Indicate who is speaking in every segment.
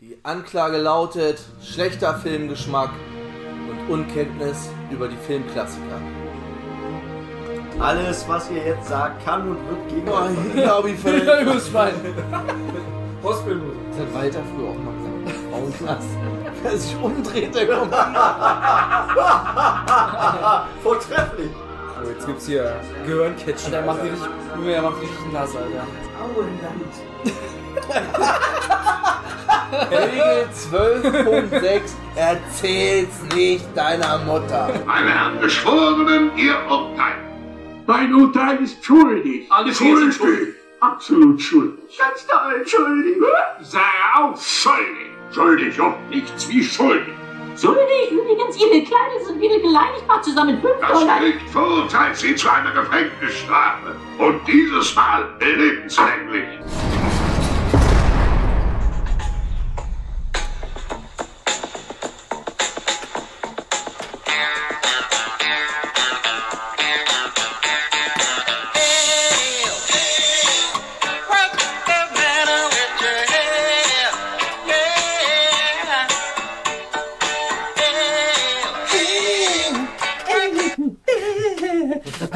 Speaker 1: Die Anklage lautet schlechter Filmgeschmack und Unkenntnis über die Filmklassiker.
Speaker 2: Alles, was ihr jetzt sagt, kann und wird gegen
Speaker 3: Oh,
Speaker 1: Boah,
Speaker 2: euch
Speaker 1: ich glaube, ich
Speaker 4: Ja,
Speaker 1: verletzt.
Speaker 4: übers Schwein.
Speaker 1: Das hat Walter früher auch mal gesagt. Frauenklass. Wer sich umdreht, der kommt.
Speaker 2: Vortrefflich!
Speaker 5: Oh, jetzt gibt's hier Gehirncatching.
Speaker 4: Der macht
Speaker 5: Alter.
Speaker 4: richtig, Junge, der macht richtig nass, Alter.
Speaker 6: Auenland.
Speaker 1: Regel 12.6 Erzähl's nicht deiner Mutter.
Speaker 7: Meine Herren Geschworenen, Ihr Urteil. Mein Urteil ist schuldig. Alles schuldig. Absolut schuldig. Ganz daran schuldig. Sei auch schuldig. Schuldig und nichts wie schuldig.
Speaker 8: Schuldig übrigens ihre Kleider sind wieder geleinigbar zusammen 5
Speaker 7: Das
Speaker 8: Dollar.
Speaker 7: Gericht verurteilt Sie zu einer Gefängnisstrafe. Und dieses Mal lebenslänglich.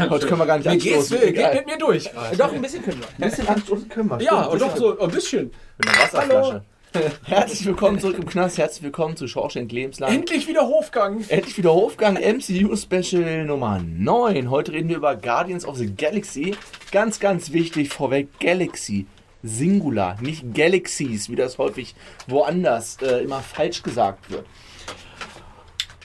Speaker 1: Heute können wir gar nicht
Speaker 5: Mir geht's,
Speaker 1: anstoßen.
Speaker 5: mir, geht
Speaker 1: Egal.
Speaker 5: mit mir durch.
Speaker 4: Doch, ein bisschen können wir.
Speaker 1: Ein bisschen anstoßen können wir.
Speaker 5: Ja,
Speaker 1: stimmt,
Speaker 5: und doch
Speaker 1: sicher.
Speaker 5: so ein bisschen.
Speaker 1: Mit einer Wasserflasche. Herzlich willkommen zurück im Knast. Herzlich willkommen zu Schorschenk Lebenslang.
Speaker 5: Endlich wieder Hofgang.
Speaker 1: Endlich wieder Hofgang MCU Special Nummer 9. Heute reden wir über Guardians of the Galaxy. Ganz, ganz wichtig vorweg: Galaxy. Singular, nicht Galaxies, wie das häufig woanders äh, immer falsch gesagt wird.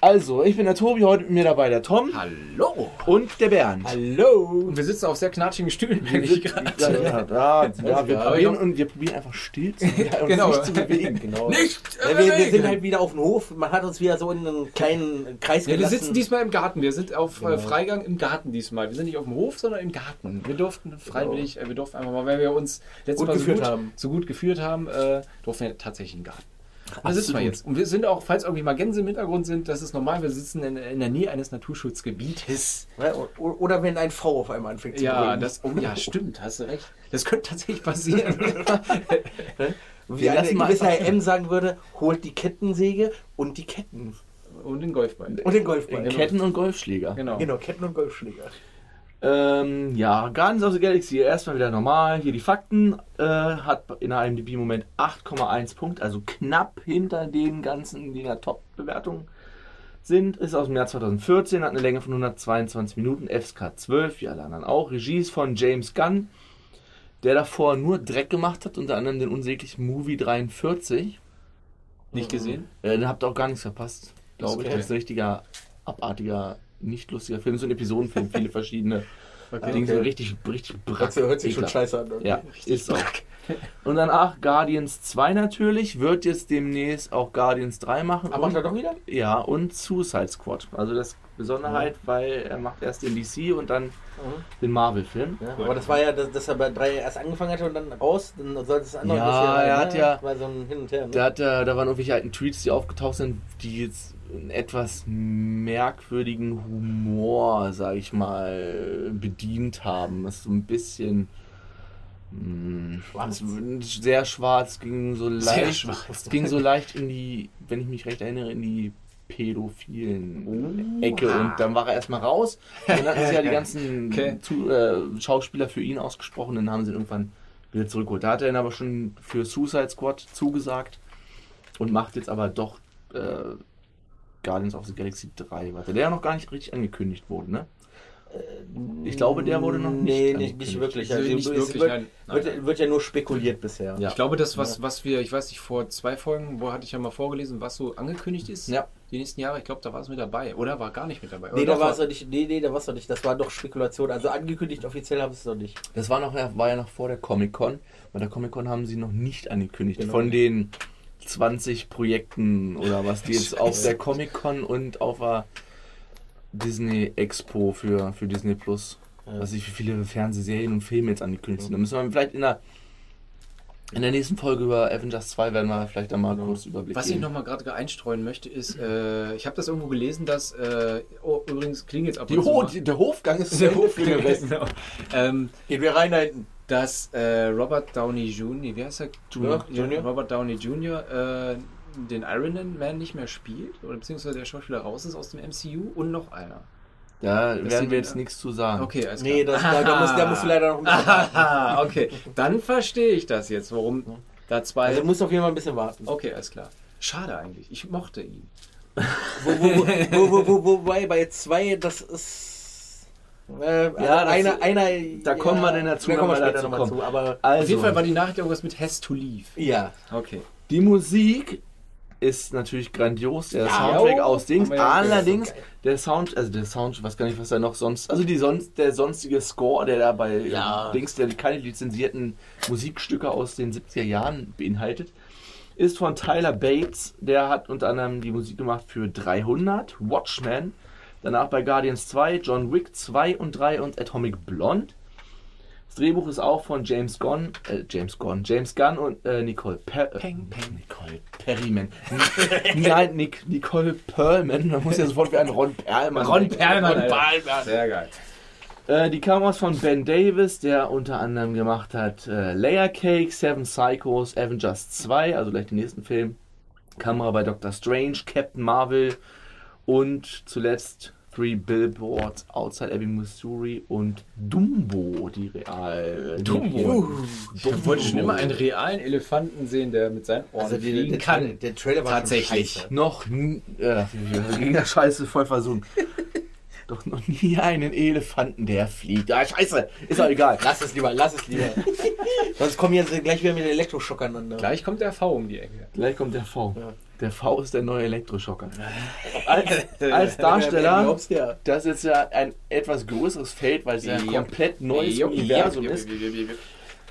Speaker 1: Also, ich bin der Tobi, heute mit mir dabei der Tom
Speaker 5: Hallo.
Speaker 1: und der Bernd.
Speaker 4: Hallo.
Speaker 5: Und wir sitzen auf sehr knatschigen Stühlen,
Speaker 1: Wir
Speaker 5: merke ich
Speaker 1: sind-
Speaker 5: gerade.
Speaker 1: Ja, ja, ja, ja, wir,
Speaker 5: Aber
Speaker 1: probieren,
Speaker 5: ich-
Speaker 1: und wir probieren einfach still zu sein und
Speaker 5: Genau.
Speaker 1: nicht zu bewegen. Genau.
Speaker 5: Nicht!
Speaker 3: Ja, wir, wir sind halt wieder auf dem Hof. Man hat uns wieder so in einen kleinen Kreis
Speaker 5: ja, wir
Speaker 3: gelassen. Genau.
Speaker 5: sitzen diesmal im Garten. Wir sind auf äh, Freigang im Garten diesmal. Wir sind nicht auf dem Hof, sondern im Garten. Wir durften freiwillig, äh, wir durften einfach mal, weil wir uns
Speaker 3: Genau. Gut
Speaker 5: letztes Mal so
Speaker 3: geführt
Speaker 5: gut,
Speaker 3: haben.
Speaker 5: so gut geführt haben, äh, durften wir tatsächlich im Garten. Und Da sitzen wir jetzt. Und wir sind auch, falls irgendwie mal Gänse im Hintergrund sind, das ist normal, wir sitzen in, in der Nähe eines Naturschutzgebietes.
Speaker 3: Ja, o- Oder wenn ein V auf einmal anfängt zu
Speaker 5: Ja,
Speaker 3: brüllen.
Speaker 5: das, oh ja, stimmt, hast du recht. Das könnte tatsächlich passieren.
Speaker 3: Wie
Speaker 1: wir
Speaker 3: eine
Speaker 1: lassen mal
Speaker 3: gewisse
Speaker 1: einfach-
Speaker 3: AM sagen würde, holt die Kettensäge und die Ketten.
Speaker 5: Und den Golfball.
Speaker 3: Und den Golfball.
Speaker 1: Ketten und Golfschläger.
Speaker 5: Genau.
Speaker 3: Genau, Ketten und Golfschläger.
Speaker 1: Ähm, ja, Guardians of the Galaxy, erstmal wieder normal. Hier die Fakten. Äh, hat in der IMDb im Moment 8,1 Punkte, also knapp hinter den ganzen, die in der Top-Bewertung sind. Ist aus dem Jahr 2014, hat eine Länge von 122 Minuten, FSK 12, wie alle anderen auch. Regie ist von James Gunn, der davor nur Dreck gemacht hat, unter anderem den unsäglichen Movie 43.
Speaker 5: Nicht gesehen?
Speaker 1: Äh, da habt ihr auch gar nichts verpasst.
Speaker 5: Das ist
Speaker 1: Glaube ich,
Speaker 5: okay.
Speaker 1: das ist ein richtiger, abartiger, nicht lustiger Film. So ein Episodenfilm, viele verschiedene.
Speaker 5: Okay.
Speaker 1: Ding so richtig, richtig brack.
Speaker 3: Das hört sich schon
Speaker 1: Ekelhaft.
Speaker 3: scheiße an.
Speaker 1: Ja, ist auch. Und danach Guardians 2 natürlich, wird jetzt demnächst auch Guardians 3 machen.
Speaker 3: Aber macht er
Speaker 1: und,
Speaker 3: doch Mhm. wieder?
Speaker 1: ja, und Suicide Squad. Also das Besonderheit, weil er macht erst den DC und dann den Marvel-Film.
Speaker 3: Mhm. Ja, aber das war ja, dass, dass er bei drei erst angefangen hatte und dann raus, dann sollte es andere
Speaker 1: Ja,
Speaker 3: bisschen,
Speaker 1: er
Speaker 3: ne?
Speaker 1: hat ja-
Speaker 3: War so ein Hin und Her. Ne?
Speaker 1: Da, Also hat, er- da waren irgendwelche alten Tweets, die aufgetaucht sind, die jetzt einen etwas merkwürdigen Humor, sag ich mal, bedient haben. Das ist so ein bisschen. mh,
Speaker 3: Schwarz.
Speaker 1: es- Sehr schwarz, ging so leicht.
Speaker 5: Sehr schwarz.
Speaker 1: Es ging so leicht in die, wenn ich mich recht erinnere, in die
Speaker 3: Oh.
Speaker 1: pädophilen Ecke. Und dann war er erstmal raus. Und dann ist ja die ganzen
Speaker 5: Okay.
Speaker 1: zu, äh, Schauspieler für ihn ausgesprochen, dann haben sie ihn irgendwann wieder zurückgeholt. Da hat er ihn aber schon für Suicide Squad zugesagt und macht jetzt aber doch äh, Guardians of the Galaxy 3 weiter. Der ja noch gar nicht richtig angekündigt wurde, ne? Ich glaube, der wurde noch nicht.
Speaker 3: Äh, Nee, nicht, nicht
Speaker 1: angekündigt.
Speaker 3: wirklich.
Speaker 5: Nee,
Speaker 3: Also,
Speaker 5: nicht
Speaker 3: es
Speaker 5: wirklich,
Speaker 3: wird,
Speaker 5: nein.
Speaker 3: Wird, wird ja nur spekuliert bisher.
Speaker 1: Ja.
Speaker 5: Ich glaube, das, was, was wir, ich weiß nicht, vor zwei Folgen, wo hatte ich ja mal vorgelesen, was so angekündigt ist,
Speaker 1: Ja.
Speaker 5: die nächsten Jahre, ich glaube, da war es mit dabei. Oder war gar nicht mit dabei.
Speaker 3: Nee,
Speaker 5: Oder
Speaker 3: da war es doch nicht. Nee, nee, da war es doch nicht. Das war doch Spekulation. Also angekündigt, offiziell haben sie es doch nicht.
Speaker 1: Das war, noch, war ja noch vor der Comic-Con. Bei der Comic-Con haben sie noch nicht angekündigt.
Speaker 3: Genau.
Speaker 1: Von den 20 Projekten oder was, die jetzt auf der Comic-Con und auf der Disney Expo für, für Disney Plus,
Speaker 3: Ja.
Speaker 1: was ich wie viele Fernsehserien und Filme jetzt angekündigt sind. Da müssen wir vielleicht in der, in der nächsten Folge über Avengers 2 werden wir vielleicht dann mal kurz überblicken.
Speaker 5: Genau. Was ich nochmal gerade einstreuen möchte, ist, äh, ich habe das irgendwo gelesen, dass, äh, oh, übrigens klingen jetzt ab
Speaker 1: die
Speaker 5: und zu
Speaker 1: Ho
Speaker 5: mal-
Speaker 1: die, der Hofgang ist
Speaker 5: Der
Speaker 1: zu Ende für den
Speaker 5: Hofgang,
Speaker 1: Westen.
Speaker 5: genau. ähm,
Speaker 3: Gehen wir rein da hinten.
Speaker 5: dass äh, Robert Downey Jr., wie heißt er?
Speaker 3: Junior.
Speaker 5: Ja,
Speaker 3: Junior.
Speaker 5: Robert Downey Jr. Äh, den Iron Man nicht mehr spielt oder beziehungsweise der Schauspieler raus ist aus dem MCU und noch einer.
Speaker 1: Da
Speaker 5: sind-
Speaker 1: werden wir jetzt nichts zu sagen.
Speaker 5: Okay, alles
Speaker 3: Nee,
Speaker 5: klar.
Speaker 3: das, da, da, musst, da musst du leider noch ein bisschen warten.
Speaker 5: Aha, okay. Dann verstehe ich das jetzt, warum da zwei.
Speaker 3: Also musst du auf jeden Fall ein bisschen warten.
Speaker 5: okay, alles klar. Schade eigentlich. Ich mochte ihn.
Speaker 3: Wo, wo, wo, wo, wo, wobei bei zwei, das ist. Äh, also
Speaker 1: Ja, das-
Speaker 3: einer, einer,
Speaker 1: da kommen wir denn dazu,
Speaker 3: da kommen wir
Speaker 1: wenn wir
Speaker 3: später
Speaker 1: dazu
Speaker 3: nochmal
Speaker 1: kommen.
Speaker 3: zu. Aber
Speaker 1: Also,
Speaker 5: Auf jeden Fall war die Nachricht irgendwas mit Has to Leave.
Speaker 3: ja,
Speaker 5: Okay.
Speaker 1: Die Musik ist natürlich grandios, der Soundtrack
Speaker 5: jo,
Speaker 1: aus Dings.
Speaker 5: haben wir ja gehört,
Speaker 1: Allerdings, der Sound, also der Sound, was kann ich, was da noch sonst, also die sonst, der sonstige Score, der da bei ähm,
Speaker 3: Ja.
Speaker 1: Dings, der keine lizenzierten Musikstücke aus den 70er Jahren beinhaltet, ist von Tyler Bates. Der hat unter anderem die Musik gemacht für 300, Watchmen, danach bei Guardians 2, John Wick 2 und 3 und Atomic Blonde. Das Drehbuch ist auch von James Gunn, äh, James Gunn, James Gunn und äh, Nicole per äh,
Speaker 5: Peng, peng.
Speaker 1: Nicole Perryman. Nein, Nick, Nicole Perlman. Man muss ja sofort wie ein Ron Perlman. denken.
Speaker 5: Perlman.
Speaker 1: Ron
Speaker 5: Alter. Sehr geil.
Speaker 1: äh, die Kameras von Ben Davis, der unter anderem gemacht hat äh, Layer Cake, Seven Psychos, Avengers 2, also gleich den nächsten Film. Kamera bei Doctor Strange, Captain Marvel und zuletzt Three Billboards Outside Ebbing, Missouri und Dumbo, die Real.
Speaker 5: Dumbo. Ich Oh. wollte schon immer einen realen Elefanten sehen, der mit seinen Ohren
Speaker 3: also die,
Speaker 5: fliegen
Speaker 3: der,
Speaker 5: kann.
Speaker 3: Trailer, der Trailer war
Speaker 5: Tatsächlich.
Speaker 3: Schon scheiße.
Speaker 1: Noch nie. Äh, gegen der Scheiße voll versuchen. Doch noch nie einen Elefanten, der fliegt. Ah, scheiße! Ist doch egal.
Speaker 3: Lass es lieber, lass es lieber. Sonst kommen jetzt gleich wieder mit den Elektroschockern an. ne?
Speaker 5: Gleich kommt der V um die Ecke.
Speaker 1: Gleich kommt der V.
Speaker 3: Ja.
Speaker 1: Der V ist der neue Elektroschocker. Als, als Darsteller,
Speaker 3: Glaubst du ja.
Speaker 1: das ist ja ein etwas größeres Feld, weil es ja ein
Speaker 5: Jupp.
Speaker 1: komplett neues
Speaker 5: Jupp,
Speaker 1: Universum
Speaker 5: jupp,
Speaker 1: ist.
Speaker 5: jupp, jupp, jupp, jupp.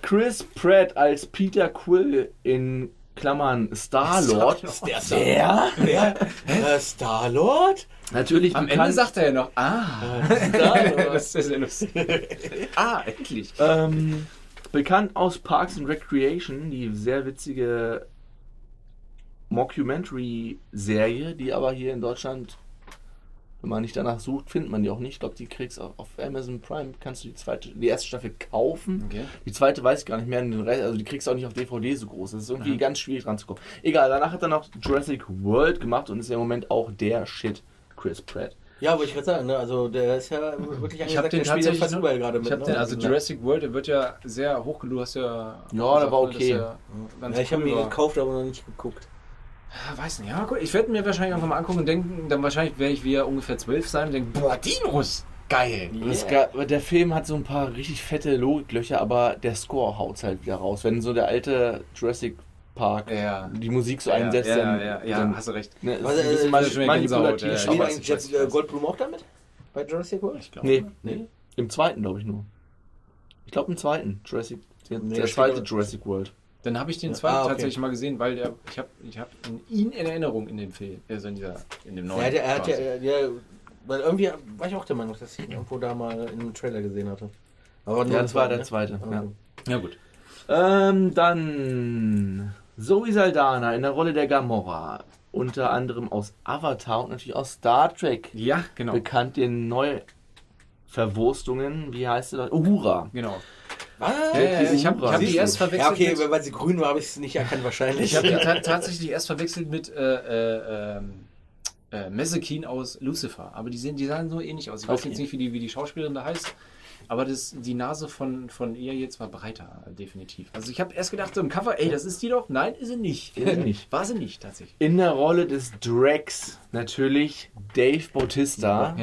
Speaker 1: Chris Pratt als Peter Quill in Klammern Star-Lord.
Speaker 3: Der Star. Wer? Äh, Star-Lord?
Speaker 1: Natürlich
Speaker 5: Am Ende
Speaker 1: bekannt-
Speaker 5: sagt er ja noch, ah,
Speaker 3: Star-Lord.
Speaker 5: das ist ja sehr lustig. ah, endlich.
Speaker 1: Ähm, bekannt aus Parks and Recreation, die sehr witzige Mockumentary-Serie, die aber hier in Deutschland, wenn man nicht danach sucht, findet man die auch nicht. Ich glaube, die kriegst auf, auf Amazon Prime, kannst du die zweite, die erste Staffel kaufen.
Speaker 5: Okay.
Speaker 1: Die zweite weiß ich gar nicht mehr, den Rest- also die kriegst du auch nicht auf DVD so groß. Das ist irgendwie ganz schwierig ranzukommen. Egal, danach hat er noch Jurassic World gemacht und ist ja im Moment auch der Shit, Chris Pratt.
Speaker 3: Ja, wollte ich gerade sagen, ne? Also der ist ja wirklich
Speaker 5: Ich habe
Speaker 3: angesagt, der Also
Speaker 5: den
Speaker 3: spielt ja
Speaker 5: tatsächlich
Speaker 3: fast überall gerade mit.
Speaker 5: Ich habe
Speaker 3: ne?
Speaker 5: den, also Jurassic World, der wird ja sehr hochgelobt. Hast ja. ne,
Speaker 1: Ja, der war
Speaker 5: dass
Speaker 1: okay.
Speaker 5: er ganz
Speaker 3: Ja, ich habe
Speaker 5: cool
Speaker 3: ihn
Speaker 5: war.
Speaker 3: gekauft, aber noch nicht geguckt.
Speaker 5: Ah, Weiß nicht, ja gut. Ich werde mir wahrscheinlich einfach mal angucken und denken, dann wahrscheinlich werde ich wieder ungefähr zwölf sein und denken, boah, Dinos, geil.
Speaker 1: Das ga- aber der Film hat so ein paar richtig fette Logiklöcher, aber der Score haut's halt wieder raus. Wenn so der alte Jurassic Park
Speaker 5: Ja.
Speaker 1: die Musik so
Speaker 5: Ja, ja,
Speaker 1: einsetzt, dann,
Speaker 5: ja, ja,
Speaker 1: dann
Speaker 5: hast du recht.
Speaker 1: ne, ist
Speaker 3: Was,
Speaker 1: ein
Speaker 3: äh,
Speaker 1: bisschen
Speaker 3: das
Speaker 5: ist schon wieder
Speaker 1: manipulativ.
Speaker 5: Gänsehaut,
Speaker 1: aber
Speaker 3: Spielt
Speaker 5: weiß,
Speaker 3: eigentlich
Speaker 5: ich weiß,
Speaker 3: Jeff
Speaker 5: ich weiß.
Speaker 3: äh, Goldblum auch damit? Bei Jurassic World?
Speaker 5: Ich glaube.
Speaker 1: nee,
Speaker 3: Nee.
Speaker 1: im zweiten glaube ich nur. Ich glaube im zweiten Jurassic, der,
Speaker 3: Nee,
Speaker 1: der
Speaker 3: das
Speaker 1: zweite
Speaker 3: steht auch-
Speaker 1: Jurassic World.
Speaker 5: Dann habe ich den zweiten
Speaker 3: Ah, okay.
Speaker 5: tatsächlich mal gesehen, weil der, ich habe ich hab ihn in Erinnerung in dem Film, also in, dieser, in dem neuen.
Speaker 3: Ja, der, er hat ja,
Speaker 5: quasi.
Speaker 3: äh, ja, weil irgendwie war ich auch der Meinung, dass ich ihn irgendwo da mal in einem Trailer gesehen hatte. Aber nur
Speaker 1: Ja,
Speaker 3: im
Speaker 1: das war der
Speaker 3: zweiten,
Speaker 1: zweite.
Speaker 3: ne?
Speaker 1: Ja.
Speaker 3: Also,
Speaker 5: ja gut.
Speaker 1: Ähm, dann Zoe Saldana in der Rolle der Gamora. Unter anderem aus Avatar und natürlich aus Star Trek.
Speaker 5: Ja, genau.
Speaker 1: bekannt in Neuverwurstungen, wie heißt sie das? Uhura.
Speaker 5: Genau.
Speaker 3: Was?
Speaker 5: Ja, ja, ja, ich habe ich hab die erst verwechselt.
Speaker 3: Ja, okay,
Speaker 5: mit-
Speaker 3: weil- weil sie grün war, habe ich es nicht erkannt wahrscheinlich.
Speaker 5: Ich habe die ta- tatsächlich erst verwechselt mit äh, äh, ähm, äh, Messekin aus Lucifer. Aber die, sehen, die sahen so ähnlich aus. Ich weiß
Speaker 1: Okay.
Speaker 5: jetzt nicht, wie die, wie die Schauspielerin da heißt. Aber das, die Nase von, von ihr jetzt war breiter, äh, definitiv. Also ich habe erst gedacht, so im Cover, ey, das ist die doch. Nein, ist sie nicht.
Speaker 1: Ist sie nicht.
Speaker 5: War sie nicht, tatsächlich.
Speaker 1: In der Rolle des Drax natürlich Dave Bautista,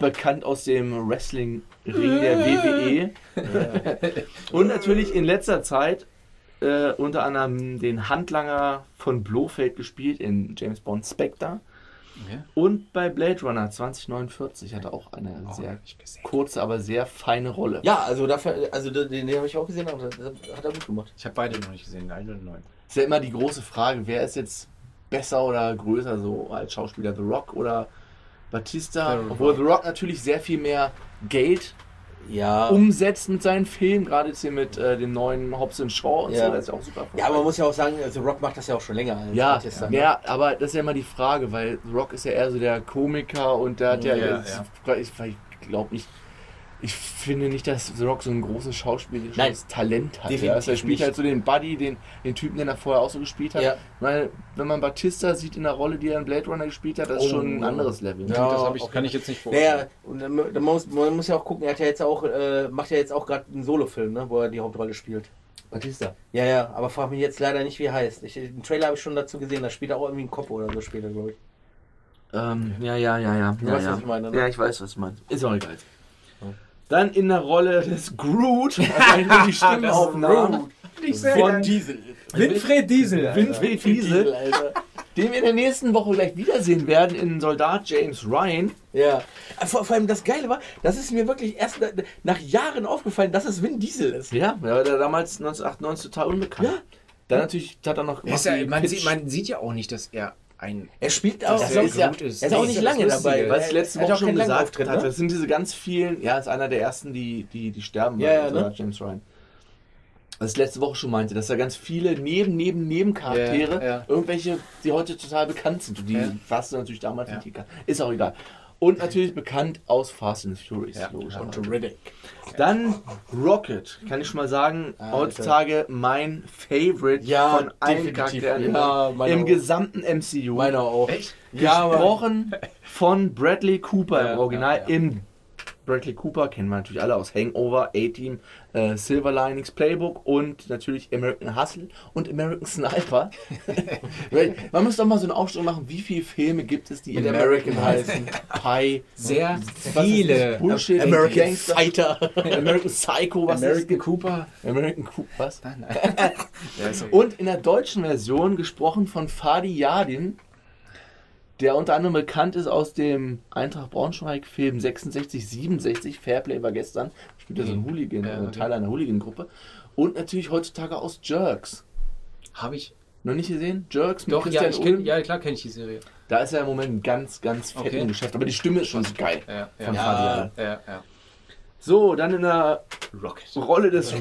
Speaker 1: bekannt aus dem Wrestling-Ring der WWE. Und natürlich in letzter Zeit äh, unter anderem den Handlanger von Blofeld gespielt in James Bond Spectre.
Speaker 5: Okay.
Speaker 1: Und bei Blade Runner 2049 hat er auch eine
Speaker 5: Oh.
Speaker 1: sehr
Speaker 5: nicht gesehen.
Speaker 1: kurze, aber sehr feine Rolle.
Speaker 3: Ja, also dafür, also den, den habe ich auch gesehen, aber das das hat er gut gemacht.
Speaker 5: Ich habe beide noch nicht gesehen, den einen oder den neuen.
Speaker 1: ist ja immer die große Frage, wer ist jetzt besser oder größer so als Schauspieler, The Rock oder Batista?
Speaker 5: The
Speaker 1: Obwohl The Rock natürlich sehr viel mehr Geld
Speaker 3: Ja.
Speaker 1: umsetzt mit seinen Filmen, gerade jetzt hier mit äh, dem neuen Hobbs and Shaw und
Speaker 3: Ja.
Speaker 1: so, das ist ja auch super.
Speaker 3: ja, aber man muss ja auch sagen, also Rock macht das ja auch schon länger als
Speaker 1: ja,
Speaker 3: Batista, ne?
Speaker 1: ja, aber das ist ja immer die Frage, weil The Rock ist ja eher so der Komiker und der hat ja,
Speaker 5: Ja,
Speaker 1: ich, ich glaube nicht, Ich finde nicht, dass The Rock so ein großes schauspielerisches
Speaker 3: Nein.
Speaker 1: Talent hat.
Speaker 3: Definitiv
Speaker 1: Also er spielt
Speaker 3: nicht.
Speaker 1: halt so den Buddy, den, den Typen, den er vorher auch so gespielt hat.
Speaker 3: Ja.
Speaker 1: Weil, wenn man Batista sieht in der Rolle, die er in Blade Runner gespielt hat, das
Speaker 3: Oh,
Speaker 1: ist schon ein
Speaker 3: ja.
Speaker 1: anderes Level. ne?
Speaker 3: Ja,
Speaker 5: das hab ich,
Speaker 3: okay.
Speaker 5: kann ich jetzt nicht
Speaker 3: Naja,
Speaker 5: vorstellen.
Speaker 3: und dann, mu- dann muss, man muss ja auch gucken, er hat ja jetzt auch, äh, macht ja jetzt auch gerade einen Solo-Film, ne, wo er die Hauptrolle spielt.
Speaker 1: Batista.
Speaker 3: Ja, ja, aber frag mich jetzt leider nicht, wie er heißt. Ich, den Trailer habe ich schon dazu gesehen, da spielt er auch irgendwie einen Kopf oder so später, glaube ich.
Speaker 1: Ähm, ja, ja, ja, ja.
Speaker 3: Du
Speaker 1: ja,
Speaker 3: weißt,
Speaker 1: ja.
Speaker 3: was ich meine, ne?
Speaker 1: Ja, ich weiß, was du meinst. Ist auch egal. Dann in der Rolle des Groot, allein nur die Stimmaufnahmen von
Speaker 3: Diesel.
Speaker 4: Winfried Diesel.
Speaker 1: Winfried
Speaker 3: Diesel,
Speaker 1: Diesel,
Speaker 3: Alter.
Speaker 1: den wir in der nächsten Woche gleich wiedersehen werden in Soldat James Ryan.
Speaker 3: Ja.
Speaker 1: Also,
Speaker 3: Vor, vor allem das Geile war, das ist mir wirklich erst na, nach Jahren aufgefallen, dass es Vin Diesel ist.
Speaker 1: Ja, der war da damals 1998 total unbekannt.
Speaker 3: Ja.
Speaker 1: Dann natürlich hat er noch gemacht
Speaker 5: Ist ja,
Speaker 1: wie
Speaker 5: man,
Speaker 1: Pitch.
Speaker 5: sieht, man sieht ja auch nicht, dass er ein.
Speaker 3: Er spielt auch,
Speaker 5: Dass
Speaker 3: er
Speaker 5: er
Speaker 3: ist, ja,
Speaker 5: gut ist.
Speaker 3: Er ist auch
Speaker 5: Das
Speaker 3: nicht
Speaker 5: ist
Speaker 3: lange
Speaker 5: das
Speaker 3: dabei.
Speaker 5: Lustige.
Speaker 1: was ich letzte
Speaker 3: Er hat
Speaker 1: Woche
Speaker 3: auch keinen
Speaker 1: schon
Speaker 3: langen
Speaker 1: gesagt
Speaker 3: Auftritt,
Speaker 1: hatte,
Speaker 3: ne?
Speaker 1: das sind diese ganz vielen, ja, ist einer der ersten, die, die, die sterben
Speaker 3: Ja, ne? ja,
Speaker 1: bei Soldat James Ryan. Was ich letzte Woche schon meinte, dass da ganz viele neben, neben, neben Charaktere,
Speaker 5: Ja, ja.
Speaker 1: irgendwelche, die heute total bekannt sind. Und die
Speaker 5: Ja.
Speaker 1: warst du natürlich damals
Speaker 5: Ja.
Speaker 1: nicht gekannt. Ist auch egal. Und natürlich bekannt aus Fast and Furious,
Speaker 5: Ja,
Speaker 1: logischerweise.
Speaker 3: Riddick. Ah,
Speaker 1: Dann Rocket, kann ich schon mal sagen, heutzutage mein Favorite
Speaker 3: Ja,
Speaker 1: von allen
Speaker 3: definitiv.
Speaker 1: Charakteren
Speaker 3: Ja,
Speaker 1: im,
Speaker 3: meiner
Speaker 1: im
Speaker 3: auch.
Speaker 1: gesamten MCU.
Speaker 3: Meiner auch.
Speaker 5: Echt?
Speaker 3: Ja, aber
Speaker 1: Gesprochen von Bradley Cooper
Speaker 5: Ja,
Speaker 1: im Original.
Speaker 5: ja, ja.
Speaker 1: Im Bradley Cooper kennen wir natürlich alle aus Hangover, A-Team, äh, Silver Linings Playbook und natürlich American Hustle und American Sniper. Weil Man muss doch mal so eine Aufstellung machen, wie viele Filme gibt es, die in
Speaker 3: American
Speaker 1: American heißen. Pie,
Speaker 5: Sehr
Speaker 1: was ist das?
Speaker 5: viele.
Speaker 1: Bullshit,
Speaker 3: American
Speaker 1: Gangster,
Speaker 3: Fighter.
Speaker 1: American Psycho, was es
Speaker 5: American
Speaker 1: gibt.
Speaker 5: Cooper.
Speaker 1: American Coop, was?
Speaker 5: Nein, nein. ja, ist okay.
Speaker 1: Und in der deutschen Version gesprochen von Fadi Yadin, der unter anderem bekannt ist aus dem Eintracht Braunschweig-Film 66, 67, Fairplay war gestern, spielt er so ein Hooligan,
Speaker 5: Mhm. Ja,
Speaker 1: äh,
Speaker 5: okay.
Speaker 1: Teil einer Hooligan-Gruppe. Und natürlich heutzutage aus Jerks.
Speaker 5: Habe ich.
Speaker 1: Noch nicht gesehen? Jerks mit
Speaker 5: Doch, ja,
Speaker 1: Christian
Speaker 5: ich kenn,
Speaker 1: Ulm?
Speaker 5: ja, klar kenne ich die Serie.
Speaker 1: Da ist er im Moment ganz, ganz fett
Speaker 5: Okay.
Speaker 1: im Geschäft. Aber die Stimme ist schon geil.
Speaker 5: Ja,
Speaker 1: Von
Speaker 5: ja.
Speaker 1: Fadi Yadin.
Speaker 5: Ja, ja.
Speaker 1: So, dann in der
Speaker 5: Rocket.
Speaker 1: Rolle des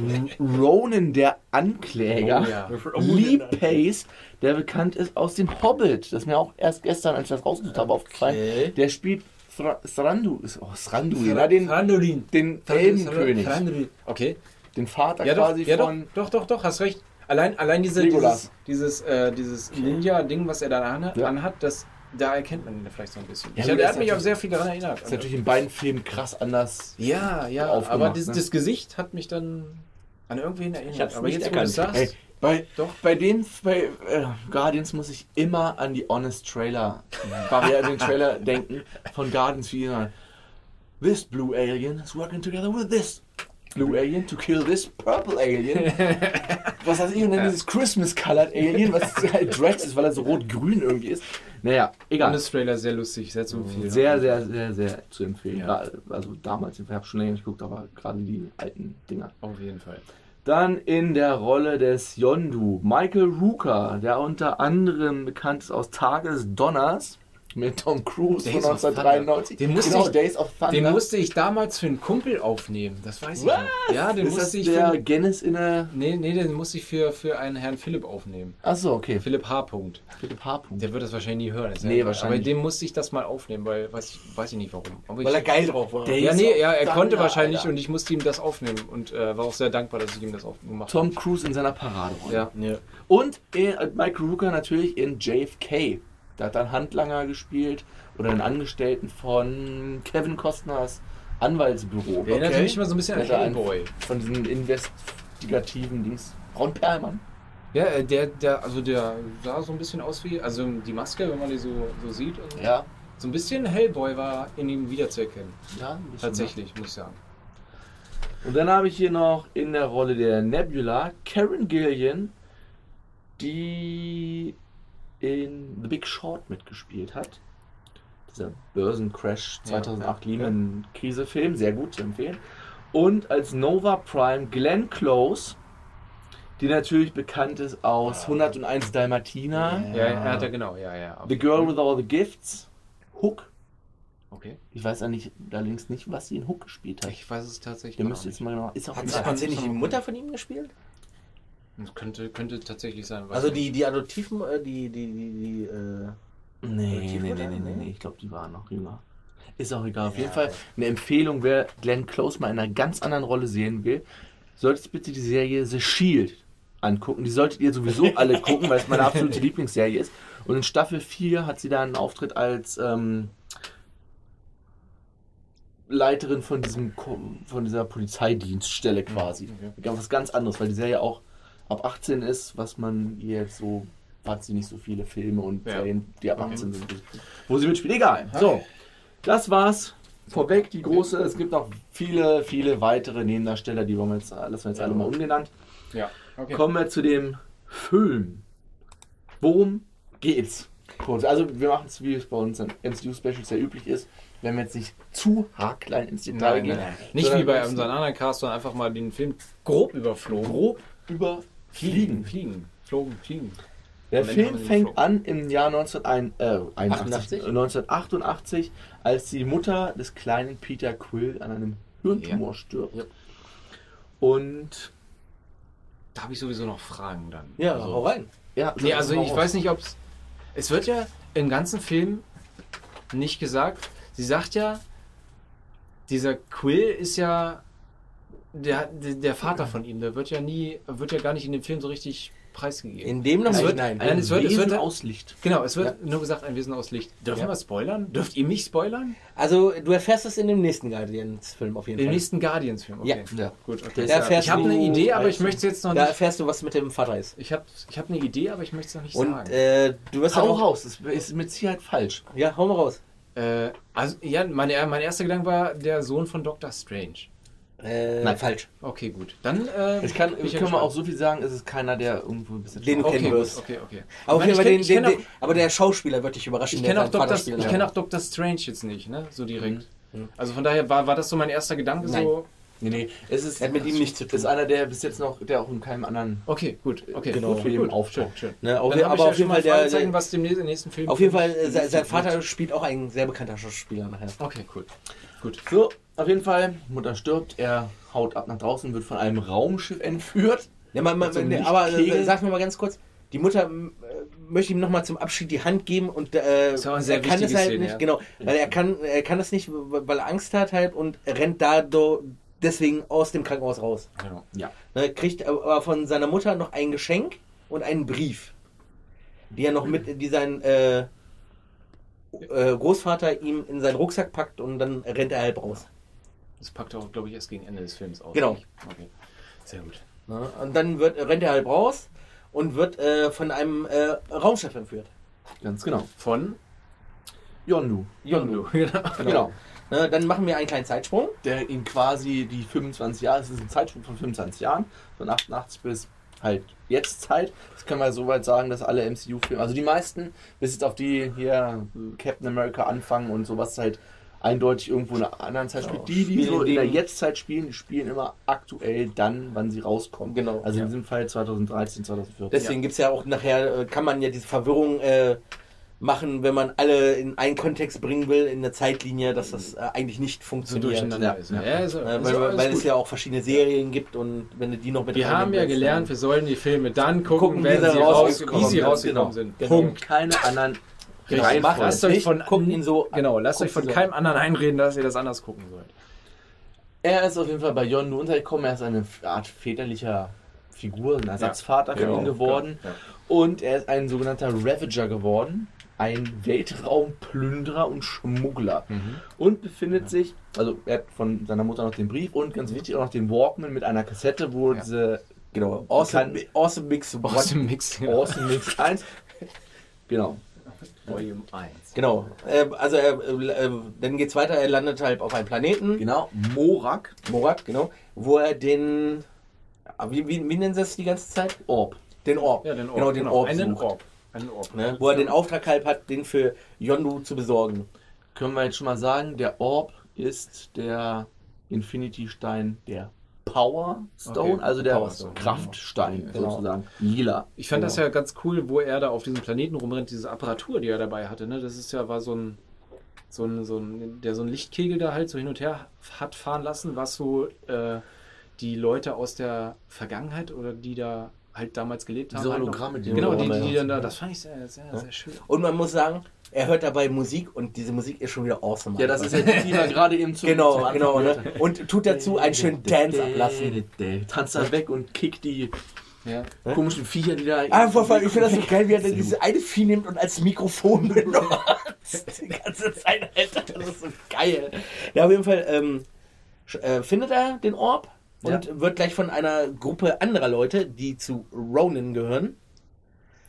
Speaker 1: Ronan, der Ankläger.
Speaker 5: Oh ja.
Speaker 1: Lee Pace, der bekannt ist aus dem Hobbit. Das ist mir auch erst gestern, als ich das rausgesucht habe,
Speaker 3: Okay.
Speaker 1: aufgefallen. Der spielt Thra Thrandu, ist- oh, Thrandu, ja, den,
Speaker 5: Thrandurin.
Speaker 1: den Elbenkönig,
Speaker 5: Thrandurin. Okay.
Speaker 1: den Vater
Speaker 5: Ja, doch,
Speaker 1: quasi
Speaker 5: ja doch,
Speaker 1: von.
Speaker 5: doch, doch, doch, hast recht. Allein, allein diese,
Speaker 1: Legolas.
Speaker 5: dieses, dieses, äh, dieses Ninja-Ding, was er da an,
Speaker 1: Ja.
Speaker 5: anhat, das, da erkennt man ihn vielleicht so ein bisschen.
Speaker 1: Ja,
Speaker 5: ich,
Speaker 1: gut,
Speaker 5: er
Speaker 1: das
Speaker 5: hat
Speaker 1: ist
Speaker 5: mich
Speaker 1: natürlich-
Speaker 5: auch sehr viel daran erinnert. also-
Speaker 1: Ist natürlich in beiden Filmen krass anders.
Speaker 5: ja, ja,
Speaker 1: aufgemacht,
Speaker 5: aber das,
Speaker 1: ne?
Speaker 5: das Gesicht hat mich dann an irgendwen erinnert.
Speaker 3: hab's
Speaker 5: aber
Speaker 3: nicht
Speaker 5: jetzt, wo du es
Speaker 3: erkannt.
Speaker 5: sagst,
Speaker 1: Ey, bei,
Speaker 5: Doch.
Speaker 1: bei den bei, äh, Guardians muss ich immer an die Honest Trailer, Variante den Trailer denken von Guardians wie immer. This blue alien is working together with this blue alien to kill this purple alien. Was weiß ich, und dann dieses Christmas-colored Alien, was halt Drax ist, weil er so rot-grün irgendwie ist. Naja, egal.
Speaker 5: Honest Trailer sehr lustig, sehr zu ne? empfehlen.
Speaker 1: Mhm. Sehr, sehr, sehr, sehr zu empfehlen.
Speaker 5: Ja.
Speaker 1: Gerade- Also damals, ich habe schon länger nicht geguckt, aber gerade die alten Dinger.
Speaker 5: Auf jeden Fall.
Speaker 1: Dann in der Rolle des Yondu Michael Rooker, der unter anderem bekannt ist aus Tages Donners mit Tom Cruise
Speaker 5: Days
Speaker 1: von
Speaker 5: of Thunder.
Speaker 1: 1993.
Speaker 5: Den musste
Speaker 1: genau,
Speaker 5: ich-
Speaker 1: Days of Thunder.
Speaker 5: Den musste ich damals für einen Kumpel aufnehmen, das weiß ich noch. Ja, den
Speaker 1: ist das
Speaker 5: musste ich
Speaker 1: der
Speaker 5: für,
Speaker 1: Guinness in der...
Speaker 5: nee, nee, den musste ich für, für einen Herrn Philipp aufnehmen.
Speaker 1: Achso, okay.
Speaker 5: Philipp H. Punkt.
Speaker 1: Philipp Harpun.
Speaker 5: Der wird das wahrscheinlich nie hören. ist ja
Speaker 1: Nee,
Speaker 5: egal.
Speaker 1: wahrscheinlich.
Speaker 5: Aber dem musste ich das mal aufnehmen, weil weiß ich, weiß ich nicht warum. Aber ich,
Speaker 3: Weil er geil drauf war.
Speaker 1: Der-
Speaker 5: ja, nee, ja, er
Speaker 1: Alter,
Speaker 5: konnte wahrscheinlich
Speaker 1: Alter.
Speaker 5: und ich musste ihm das aufnehmen und äh, war auch sehr dankbar, dass ich ihm das aufgemacht habe.
Speaker 1: Tom Cruise in seiner Paraderolle.
Speaker 5: Ja.
Speaker 3: Ja.
Speaker 1: Und in, äh, Michael Rooker natürlich in JFK. Da hat er einen Handlanger gespielt oder einen Angestellten von Kevin Costners Anwaltsbüro.
Speaker 5: Erinnert mich immer so ein bisschen an
Speaker 1: Alter, ein-
Speaker 5: Hellboy.
Speaker 1: Von diesen investigativen Dings. Ron Perlmann.
Speaker 5: Ja, äh, der, der, also der sah so ein bisschen aus wie, also die Maske, wenn man die so, so sieht. Also
Speaker 1: Ja,
Speaker 5: So ein bisschen Hellboy war in ihm wiederzuerkennen.
Speaker 1: ja ein bisschen,
Speaker 5: Tatsächlich, muss ich sagen.
Speaker 1: ja. Und dann habe ich hier noch in der Rolle der Nebula Karen Gillian, die in The Big Short mitgespielt hat. Dieser Börsencrash 2008
Speaker 5: ja, ja.
Speaker 1: Lehman-Krise-Film, sehr gut zu empfehlen. Und als Nova Prime Glenn Close, die natürlich bekannt ist aus 101 Dalmatiner,
Speaker 5: Ah. Ja, ja, er hat er genau, ja, ja.
Speaker 1: The Girl with All the Gifts, Hook.
Speaker 5: Okay.
Speaker 1: Ich weiß ja nicht, allerdings nicht, was sie in Hook gespielt hat.
Speaker 5: Ich weiß es tatsächlich
Speaker 1: Ihr
Speaker 5: noch
Speaker 1: müsst jetzt
Speaker 5: nicht.
Speaker 1: mal genau. Ist auch
Speaker 3: Hat,
Speaker 1: egal.
Speaker 3: hat sie nicht die Mutter von ihm gespielt?
Speaker 5: Das Könnte, könnte tatsächlich sein. weiß
Speaker 3: Also
Speaker 5: ich
Speaker 3: die, die Adoptiven, äh, die, die, die, die, äh,
Speaker 1: Nee,
Speaker 3: Adoptiv
Speaker 1: nee,
Speaker 3: oder?
Speaker 1: nee, nee,
Speaker 3: Nee.
Speaker 1: nee, ich glaube, die waren noch jünger. Ist auch egal. Auf jeden Fall eine Empfehlung, wer Glenn Close mal in einer ganz anderen Rolle sehen will, solltet bitte die Serie The Shield angucken. Die solltet ihr sowieso alle gucken, weil es meine absolute Lieblingsserie ist. Und in Staffel 4 hat sie dann einen Auftritt als ähm, Leiterin von, diesem, Ko- von dieser Polizeidienststelle quasi. Was ganz anderes, weil die Serie auch ab 18 ist, was man ihr jetzt so hat sie nicht so viele Filme und
Speaker 5: Ja.
Speaker 1: Serien, die ab 18 sind, wo sie mitspielt. Egal. So, das war's. Vorweg die große. Es gibt noch viele, viele weitere Nebendarsteller, die wollen wir jetzt, lassen wir jetzt alle mal ungenannt.
Speaker 5: Ja, okay.
Speaker 1: Kommen wir zu dem Film. Worum geht's? Kurz. Also wir machen es, wie es bei uns in MCU-Specials ja üblich ist, wenn wir jetzt nicht zu haarklein ins Detail
Speaker 5: Nein,
Speaker 1: gehen.
Speaker 5: nein, nein. Nicht
Speaker 1: sondern
Speaker 5: wie bei
Speaker 1: uns
Speaker 5: unseren anderen Cast, sondern einfach mal den Film grob überflogen.
Speaker 1: grob überfliegen.
Speaker 5: Fliegen. Flogen, fliegen.
Speaker 1: Der
Speaker 5: Moment, haben
Speaker 1: Film
Speaker 5: wir den
Speaker 1: fängt
Speaker 5: Flow.
Speaker 1: an im Jahr 1981,
Speaker 5: 88?
Speaker 1: 1988, als die Mutter des kleinen Peter Quill an einem Hirntumor stirbt.
Speaker 5: Ja.
Speaker 1: Und
Speaker 5: Da habe ich sowieso noch Fragen dann.
Speaker 3: Ja,
Speaker 5: Also-
Speaker 3: hau rein.
Speaker 1: ja,
Speaker 5: Nee, also
Speaker 1: hau
Speaker 5: ich
Speaker 1: raus.
Speaker 5: weiß nicht, ob es. Es wird ja im ganzen Film nicht gesagt. Sie sagt ja, dieser Quill ist ja der, der, der Vater von ihm. Der wird ja nie, wird ja gar nicht in dem Film so richtig preisgegeben.
Speaker 3: In dem noch
Speaker 5: Es
Speaker 3: nicht,
Speaker 5: wird-
Speaker 3: nein.
Speaker 5: nein, es wird- es
Speaker 1: Wesen
Speaker 5: wird-
Speaker 1: aus Licht.
Speaker 5: Genau, es wird nur gesagt, ein Wesen aus Licht. Dürfen
Speaker 3: Ja.
Speaker 5: wir spoilern? Dürft ihr mich spoilern?
Speaker 3: Also, du erfährst es in dem nächsten Guardians-Film auf jeden
Speaker 5: Im
Speaker 3: Fall.
Speaker 5: nächsten Guardians-Film. Okay.
Speaker 3: Ja.
Speaker 1: Ja.
Speaker 5: Gut, okay.
Speaker 3: Da erfährst
Speaker 5: ich habe
Speaker 3: du-
Speaker 5: eine Idee, aber ich möchte es jetzt noch
Speaker 3: Da
Speaker 5: nicht.
Speaker 3: erfährst du, was mit dem Vater ist.
Speaker 5: Ich habe ich hab eine Idee, aber ich möchte es noch nicht
Speaker 3: Und
Speaker 5: sagen.
Speaker 3: äh, du wirst dann
Speaker 1: Hau
Speaker 3: auch.
Speaker 1: raus, das ist mit Sicherheit falsch.
Speaker 3: Ja, hau mal raus.
Speaker 5: Äh, also, ja, meine, mein erster Gedanke war der Sohn von Dr. Strange.
Speaker 3: Äh,
Speaker 1: Nein.
Speaker 3: falsch.
Speaker 5: Okay, gut. Dann äh,
Speaker 1: Ich kann,
Speaker 5: bin
Speaker 1: ich
Speaker 5: ja
Speaker 1: kann mal auch
Speaker 5: gespannt.
Speaker 1: so viel sagen, es ist keiner, der irgendwo ein bisschen
Speaker 3: Den du
Speaker 5: Okay,
Speaker 3: kennen
Speaker 5: gut,
Speaker 3: wirst.
Speaker 5: okay, okay.
Speaker 3: Aber, auf jeden
Speaker 5: ich kenne
Speaker 3: Fall den,
Speaker 5: kenn
Speaker 3: den, den, aber der Schauspieler wird dich überraschen.
Speaker 5: ich
Speaker 3: der
Speaker 5: kenn auch,
Speaker 3: seinen Vater
Speaker 5: Dr.
Speaker 3: spielt.
Speaker 5: ich kenn auch Dr. Strange jetzt nicht, ne? So direkt. Also von daher war, war das so mein erster Gedanke.
Speaker 3: Mhm. Nein.
Speaker 5: So,
Speaker 1: Nee, nee, es ist,
Speaker 3: Hat mit ihm nichts zu tun.
Speaker 1: ist einer, der bis jetzt noch, der auch in keinem anderen
Speaker 5: okay, gut, okay.
Speaker 3: Genau.
Speaker 5: gut,
Speaker 1: Für
Speaker 5: gut,
Speaker 1: jeden
Speaker 5: gut.
Speaker 1: Auftritt.
Speaker 5: Schön, schön.
Speaker 3: Ne, auf-
Speaker 5: Dann hab
Speaker 3: aber
Speaker 5: ich ja
Speaker 3: auf jeden
Speaker 5: schon mal
Speaker 3: Fall der-
Speaker 5: Fragezeichen,
Speaker 3: der-
Speaker 5: was dem nä- nächsten Film.
Speaker 3: Auf jeden Fall, äh, sein, sein Vater spielt auch ein sehr bekannter Schauspieler nachher.
Speaker 5: Okay, cool. Gut.
Speaker 1: So, auf jeden Fall, Mutter stirbt, er haut ab nach draußen, wird von einem Raumschiff entführt.
Speaker 3: Ja, man, man,
Speaker 1: Also
Speaker 3: ne,
Speaker 1: nicht
Speaker 3: aber äh,
Speaker 1: Kegel.
Speaker 3: sag mir mal ganz kurz, die Mutter m, äh, möchte ihm nochmal zum Abschied die Hand geben und äh,
Speaker 5: ist auch eine sehr
Speaker 3: er kann es
Speaker 5: wichtige
Speaker 3: halt
Speaker 5: Szene,
Speaker 3: nicht,
Speaker 5: ja.
Speaker 3: genau, weil er kann, er kann das nicht, weil er Angst hat halt und rennt da do, deswegen aus dem Krankenhaus raus.
Speaker 5: Genau.
Speaker 1: Ja.
Speaker 3: Ne, kriegt aber von seiner Mutter noch ein Geschenk und einen Brief, die er noch mit, die sein äh, äh, Großvater ihm in seinen Rucksack packt und dann rennt er halb raus.
Speaker 5: Das packt er auch, glaube ich, erst gegen Ende des Films aus.
Speaker 3: Genau.
Speaker 5: Okay. Sehr gut.
Speaker 3: Ne? Und dann wird, rennt er halb raus und wird äh, von einem äh, Raumschiff entführt.
Speaker 1: Ganz genau.
Speaker 5: Von
Speaker 1: Yondu.
Speaker 5: Yondu. Genau.
Speaker 1: Genau.
Speaker 3: Ne, dann machen wir einen kleinen Zeitsprung.
Speaker 1: Der in quasi die 25 Jahre, es ist ein Zeitsprung von 25 Jahren, von 88 bis halt jetzt Zeit. Das können wir soweit sagen, dass alle MCU-Filme, also die meisten, bis jetzt auf die hier äh, Captain America anfangen und sowas halt eindeutig irgendwo in einer anderen Zeit spielt. Die, die
Speaker 3: spielen
Speaker 1: so in der
Speaker 3: Ding.
Speaker 1: Jetztzeit spielen, die spielen immer aktuell dann, wann sie rauskommen.
Speaker 3: Genau.
Speaker 1: Also in diesem Fall 2013, 2014.
Speaker 3: Deswegen gibt's ja auch nachher, äh, kann man ja diese Verwirrung äh, machen, wenn man alle in einen Kontext bringen will, in der Zeitlinie, dass das äh, eigentlich nicht
Speaker 5: So
Speaker 3: funktioniert.
Speaker 5: durcheinander
Speaker 1: Ja,
Speaker 5: ist.
Speaker 1: ja.
Speaker 5: ne? Ja, ist-
Speaker 3: Äh,
Speaker 5: ist
Speaker 3: weil
Speaker 5: alles
Speaker 3: weil, weil
Speaker 5: gut.
Speaker 3: es ja auch verschiedene Serien gibt und wenn du die noch mit
Speaker 5: Wir haben ja
Speaker 3: reinbringst,
Speaker 5: gelernt, wir sollen die Filme dann gucken,
Speaker 3: Gucken,
Speaker 5: wenn
Speaker 3: wie sie
Speaker 5: sie raus,
Speaker 3: rausgekommen
Speaker 5: wie sie
Speaker 3: sind.
Speaker 5: rausgekommen
Speaker 1: Genau.
Speaker 5: sind.
Speaker 3: Genau.
Speaker 1: Punkt. Keine anderen
Speaker 5: Richtig.
Speaker 1: Reihenfolge.
Speaker 5: Macht lasst euch
Speaker 3: nicht,
Speaker 5: von
Speaker 3: guckt ihn so an.
Speaker 5: genau, lasst
Speaker 3: Guckt
Speaker 5: euch von
Speaker 3: ihn so
Speaker 5: keinem anderen einreden, dass ihr das anders gucken sollt.
Speaker 1: Er ist auf jeden Fall bei Yondu untergekommen. Er ist eine Art väterlicher Figur, ein Ersatzvater für
Speaker 5: Genau,
Speaker 1: ihn geworden.
Speaker 5: genau,
Speaker 1: Und er ist ein sogenannter Ravager geworden. Ein Weltraumplünderer und Schmuggler.
Speaker 3: Mhm.
Speaker 1: Und befindet sich, also er hat von seiner Mutter noch den Brief und ganz wichtig auch noch den Walkman mit einer Kassette, wo diese
Speaker 3: genau. Awesome,
Speaker 1: Kann-
Speaker 3: awesome Mix. What?
Speaker 5: Aus dem Mix.
Speaker 1: Awesome Mix 1. Genau.
Speaker 5: Volume 1.
Speaker 3: Genau. Äh, also er, äh, äh, dann geht's weiter, er landet halt auf einem Planeten.
Speaker 1: Genau. Morak
Speaker 3: Morak, genau, wo er den, ah, wie, wie, wie nennen sie das die ganze Zeit?
Speaker 1: Orb.
Speaker 3: Den Orb.
Speaker 5: Ja, den Orb.
Speaker 3: Genau, den Orb
Speaker 5: Einen
Speaker 3: sucht.
Speaker 5: Orb. Einen Orb.
Speaker 3: Ne? Wo er
Speaker 1: genau.
Speaker 3: den Auftrag halt hat, den für Yondu zu besorgen.
Speaker 1: Können wir jetzt schon mal sagen, der Orb ist der Infinity-Stein der Power Stone,
Speaker 5: Okay,
Speaker 1: also der
Speaker 5: Power Stone,
Speaker 1: Kraftstein
Speaker 3: genau.
Speaker 1: sozusagen. Lila.
Speaker 5: Ich fand das ja ganz cool, wo er da auf diesem Planeten rumrennt, diese Apparatur, die er dabei hatte. Ne? Das ist ja, war so ein, so ein, so ein, der so ein Lichtkegel da halt so hin und her hat fahren lassen, was so äh, die Leute aus der Vergangenheit oder die da halt damals gelebt haben.
Speaker 1: Diese
Speaker 5: halt noch-
Speaker 1: Hologramme, die
Speaker 5: Genau, die,
Speaker 1: Hologramme,
Speaker 5: die
Speaker 1: ja.
Speaker 5: dann da, das fand ich sehr, sehr, sehr schön.
Speaker 3: Und man muss sagen, er hört dabei Musik und diese Musik ist schon wieder awesome.
Speaker 1: Ja, das ist ja die, die wir gerade eben zu zum
Speaker 3: Genau,
Speaker 1: Anfang
Speaker 3: genau.
Speaker 1: gehört
Speaker 3: Ne? Und tut dazu einen schönen Dance ablassen.
Speaker 1: Tanzt da weg und kickt die
Speaker 5: Ja.
Speaker 1: komischen Viecher, die da.
Speaker 3: Ah, vor allem, ich finde das so geil, wie er dann diese eine Vieh nimmt und als Mikrofon benutzt. Die ganze Zeit, Alter. Das ist so geil. Ja, auf jeden Fall ähm, sch- äh, findet er den Orb und wird gleich von einer Gruppe anderer Leute, die zu Ronin gehören,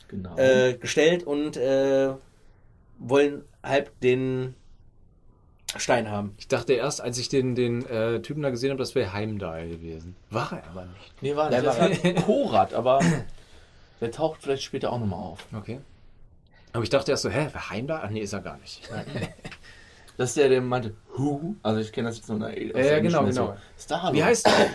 Speaker 1: Genau.
Speaker 3: äh, gestellt und äh, wollen halb den Stein haben.
Speaker 5: Ich dachte erst, als ich den, den äh, Typen da gesehen habe, das wäre Heimdall gewesen. War er aber nicht.
Speaker 1: nee, war nicht.
Speaker 3: der
Speaker 1: Das war halt Korat, aber der taucht vielleicht später auch nochmal auf.
Speaker 5: Okay. Aber ich dachte erst so, hä, war Heimdall? Ach nee, ist er gar nicht.
Speaker 1: Das ist der, der meinte, Who? Also ich kenne das jetzt nur aus der
Speaker 5: Ja, ja,
Speaker 1: englischen
Speaker 5: genau, genau.
Speaker 1: Version. Star-Lord.
Speaker 5: Wie heißt er?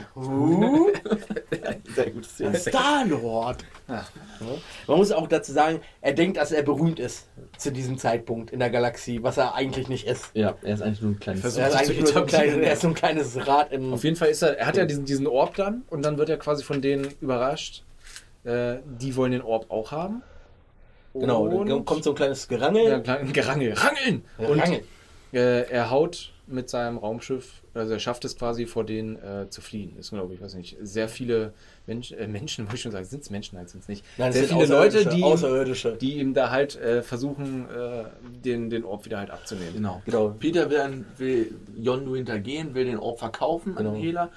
Speaker 1: Sehr gut. Sehr gut.
Speaker 3: Star-Lord. Man muss auch dazu sagen, er denkt, dass er berühmt ist zu diesem Zeitpunkt in der Galaxie, was er eigentlich nicht ist.
Speaker 1: Ja, er ist eigentlich nur ein kleines. Äh,
Speaker 5: Versuch-
Speaker 3: Er ist,
Speaker 5: sich zu
Speaker 3: eigentlich nur so ein,
Speaker 5: etablieren,
Speaker 3: kleines,
Speaker 5: ja.
Speaker 3: er ist so ein kleines Rad im.
Speaker 5: Auf jeden Fall ist er, er hat ja diesen, diesen Orb dann und dann wird er quasi von denen überrascht. Äh, die wollen den Orb auch haben.
Speaker 3: Genau, dann
Speaker 5: und-
Speaker 3: kommt so ein kleines Gerangel.
Speaker 5: Ja, klein- Gerangel. Rangeln! Und
Speaker 3: Gerangel.
Speaker 5: Äh, er haut mit seinem Raumschiff, also er schafft es quasi vor denen äh, zu fliehen. Ist, glaube ich, weiß nicht, sehr viele Menschen, äh, Menschen, wollte ich schon sagen, sind es Menschen, nein, sind es nicht.
Speaker 3: Nein, das
Speaker 5: sehr
Speaker 3: sind
Speaker 5: viele Leute,
Speaker 3: Außerirdische,
Speaker 5: die,
Speaker 3: Außerirdische.
Speaker 5: die ihm da halt äh, versuchen, äh, den, den Orb wieder halt abzunehmen.
Speaker 1: Genau.
Speaker 3: Genau.
Speaker 1: Peter will, an, will Yondu hintergehen, will den Orb verkaufen
Speaker 3: Genau.
Speaker 1: an Hela.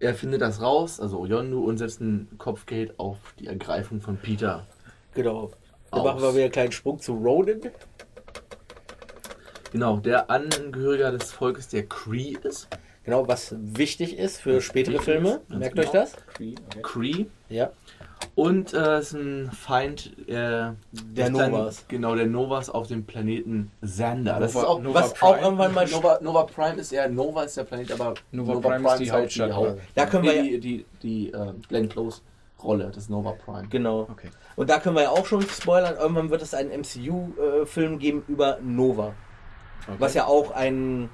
Speaker 1: Er findet das raus, also Yondu, und setzt ein Kopfgeld auf die Ergreifung von Peter.
Speaker 3: Genau. Dann
Speaker 1: Aus.
Speaker 3: machen wir wieder einen kleinen Sprung zu Ronan.
Speaker 1: Genau, der Angehöriger des Volkes der Cree ist.
Speaker 3: Genau, was wichtig ist für spätere
Speaker 1: wichtig
Speaker 3: Filme.
Speaker 1: ist, ganz
Speaker 3: Merkt
Speaker 1: genau.
Speaker 3: euch das?
Speaker 1: Cree.
Speaker 3: Ja.
Speaker 1: Und äh, ist ein Feind äh, des kleinen-
Speaker 3: Novas.
Speaker 1: Genau, der Novas auf dem Planeten Xander. Das
Speaker 5: Nova-
Speaker 1: ist auch
Speaker 5: Nova
Speaker 3: was
Speaker 5: Prime.
Speaker 3: auch irgendwann mal.
Speaker 1: Nova, Nova Prime ist eher, Nova ist der Planet, aber
Speaker 5: Nova, Prime, ist die
Speaker 1: halt
Speaker 5: Hauptstadt.
Speaker 1: Haupt-
Speaker 3: Da können wir ja,
Speaker 1: Nee, die, die, die äh, Glenn Close Rolle des Nova Prime.
Speaker 3: genau.
Speaker 5: Okay.
Speaker 3: Und da können wir ja auch schon spoilern, irgendwann wird es einen MCU-Film geben über Nova. Was ja auch ein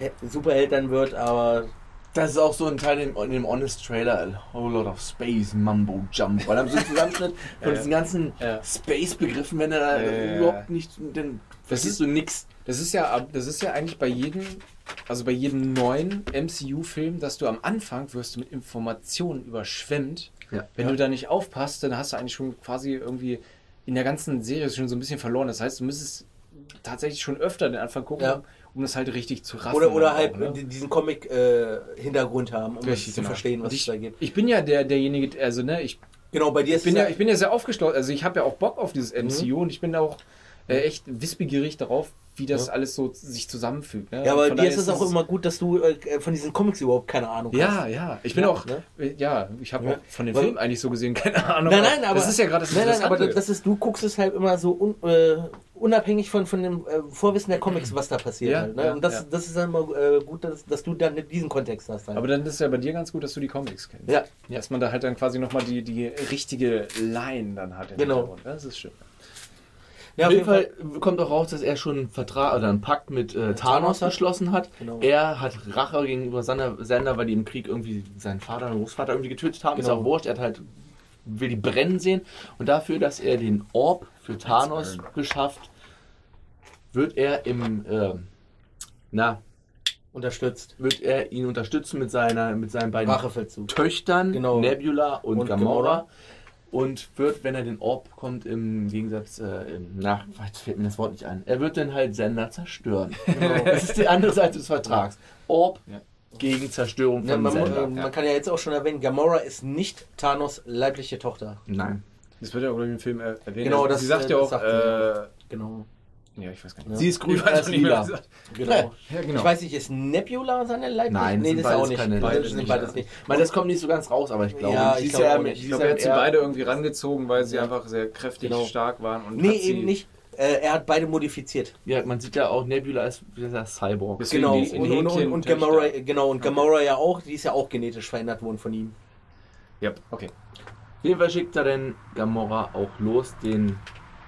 Speaker 3: He- Superheld dann wird, aber
Speaker 1: Das ist auch so ein Teil in, in dem Honest Trailer, a whole lot of space, Mumbo Jump. Weil dann so ein Zusammenschnitt von
Speaker 5: Ja.
Speaker 1: diesen ganzen
Speaker 5: Ja.
Speaker 1: Space-Begriffen, wenn du da
Speaker 5: Ja, ja, ja.
Speaker 1: überhaupt nicht, dann verstehst
Speaker 5: ist-
Speaker 1: du nix.
Speaker 5: Das ist ja, ab- das ist ja eigentlich bei jedem, also bei jedem neuen MCU-Film, dass du am Anfang wirst du mit Informationen überschwemmt.
Speaker 1: Ja.
Speaker 5: Wenn du da nicht aufpasst, dann hast du eigentlich schon quasi irgendwie in der ganzen Serie schon so ein bisschen verloren. Das heißt, du müsstest tatsächlich schon öfter den Anfang gucken,
Speaker 3: Ja.
Speaker 5: um das halt richtig zu raffen.
Speaker 3: oder, oder
Speaker 5: dann
Speaker 3: halt
Speaker 5: auch, ne?
Speaker 3: di- diesen Comic-Hintergrund haben, um
Speaker 5: Richtig,
Speaker 3: es zu
Speaker 5: genau.
Speaker 3: verstehen, was
Speaker 5: Und
Speaker 3: es da geht.
Speaker 5: Ich bin ja der, derjenige, der- also ne, ich
Speaker 3: Genau, bei dir ist Mhm.
Speaker 5: bin
Speaker 3: es
Speaker 5: ja, ich bin ja sehr aufgeschlossen. Also ich habe ja auch Bock auf dieses MCU und ich bin auch
Speaker 3: Mhm.
Speaker 5: äh, echt wissbegierig darauf, wie das alles so sich zusammenfügt. Ne?
Speaker 3: ja,
Speaker 5: Und
Speaker 3: aber
Speaker 5: von
Speaker 3: dir
Speaker 5: daher
Speaker 3: ist es auch immer gut, dass du äh, von diesen Comics überhaupt keine Ahnung
Speaker 5: Ja,
Speaker 3: hast.
Speaker 5: ja. Ich bin
Speaker 3: Ja,
Speaker 5: auch,
Speaker 3: ne?
Speaker 5: äh, ja, ich habe
Speaker 3: Ja.
Speaker 5: auch von dem
Speaker 3: Weil-
Speaker 5: Film eigentlich so gesehen keine Ahnung.
Speaker 3: Nein, nein, aber
Speaker 5: das ist ja gerade das
Speaker 3: nein, nein, aber
Speaker 5: Interessante.
Speaker 3: das ist, du guckst es halt immer so un, äh, unabhängig von, von dem äh, Vorwissen der Comics, was da passiert.
Speaker 5: Ja,
Speaker 3: halt, ne?
Speaker 5: ja,
Speaker 3: Und das,
Speaker 5: ja.
Speaker 3: das ist dann immer äh, gut, dass, dass du dann diesen Kontext hast. Halt.
Speaker 5: aber dann ist ja bei dir ganz gut, dass du die Comics kennst.
Speaker 3: Ja.
Speaker 5: Dass man da halt dann quasi nochmal die, die richtige Line dann hat. im
Speaker 3: Genau.
Speaker 5: Hintergrund. Das ist schön.
Speaker 3: ja,
Speaker 1: Auf jeden Fall kommt auch raus, dass er schon einen Vertrag oder einen Pakt mit äh, Thanos verschlossen hat.
Speaker 3: Genau.
Speaker 1: Er hat Rache gegenüber Sander, Sander, weil die im Krieg irgendwie seinen Vater und Großvater irgendwie getötet haben. Ist
Speaker 3: Genau.
Speaker 1: auch wurscht. Er hat halt, will die brennen sehen. Und dafür, dass er den Orb für Thanos beschafft, wird er im, äh, na,
Speaker 3: Unterstützt.
Speaker 1: wird er ihn unterstützen mit seiner, mit seinen beiden
Speaker 3: Rachefeldzug.
Speaker 1: Töchtern,
Speaker 3: Genau.
Speaker 1: Nebula und,
Speaker 3: Und
Speaker 1: Gamora.
Speaker 3: Gamora.
Speaker 1: Und wird, wenn er den Orb bekommt, im Gegensatz, äh, im, na, jetzt fällt mir das Wort nicht ein, er wird dann halt Sender zerstören. Genau. Das ist die andere Seite des Vertrags. Orb
Speaker 5: Ja.
Speaker 1: gegen Zerstörung
Speaker 3: Ja,
Speaker 1: von
Speaker 3: man, mu-
Speaker 1: Sender.
Speaker 3: äh, man kann ja jetzt auch schon erwähnen, Gamora ist nicht Thanos leibliche Tochter.
Speaker 1: Nein.
Speaker 5: Das wird ja auch glaub ich, im Film äh, erwähnt.
Speaker 3: Genau, das,
Speaker 5: Sie sagt
Speaker 3: äh,
Speaker 5: ja
Speaker 3: das
Speaker 5: auch,
Speaker 3: sagt
Speaker 5: äh,
Speaker 3: sie. Genau.
Speaker 5: ja, ich weiß gar nicht.
Speaker 1: Sie ist grün,
Speaker 5: Ich weiß
Speaker 1: er ist
Speaker 5: auch nicht mehr,
Speaker 1: lila.
Speaker 5: was sie sagt.
Speaker 3: genau.
Speaker 5: Ja, genau.
Speaker 3: Ich weiß nicht, ist Nebula seine leibliche?
Speaker 1: Nein,
Speaker 3: nee,
Speaker 1: sind
Speaker 3: das ist auch
Speaker 1: beides
Speaker 3: nicht.
Speaker 1: keine
Speaker 3: das
Speaker 1: leiblichen
Speaker 3: sind
Speaker 1: Töchter.
Speaker 3: beides nicht.
Speaker 1: Ich meine, das kommt nicht so ganz raus, aber ich glaube,
Speaker 3: Ja,
Speaker 1: sie
Speaker 3: ich
Speaker 1: ist
Speaker 3: glaube
Speaker 1: ja
Speaker 3: auch
Speaker 1: mit-
Speaker 3: nicht.
Speaker 1: sie
Speaker 5: Ich
Speaker 1: ist
Speaker 5: glaube,
Speaker 1: ja
Speaker 5: er hat sie
Speaker 1: eher-
Speaker 5: beide irgendwie rangezogen, weil sie
Speaker 3: Ja.
Speaker 5: einfach sehr kräftig,
Speaker 3: Genau.
Speaker 5: stark waren. Und
Speaker 3: Nee,
Speaker 5: hat sie,
Speaker 3: eben nicht. Äh, er hat beide modifiziert.
Speaker 1: Ja, man sieht ja auch, Nebula ist wie gesagt, Cyborg.
Speaker 5: Deswegen
Speaker 3: Genau.
Speaker 5: die ist in
Speaker 3: Und, und, und,
Speaker 5: Häkchen
Speaker 3: und
Speaker 5: Töchter.
Speaker 3: Gamora, genau, und Gamora ja auch, die ist ja auch genetisch verändert worden von ihm.
Speaker 5: Ja, okay.
Speaker 1: Auf jeden Fall schickt er denn Gamora auch los, den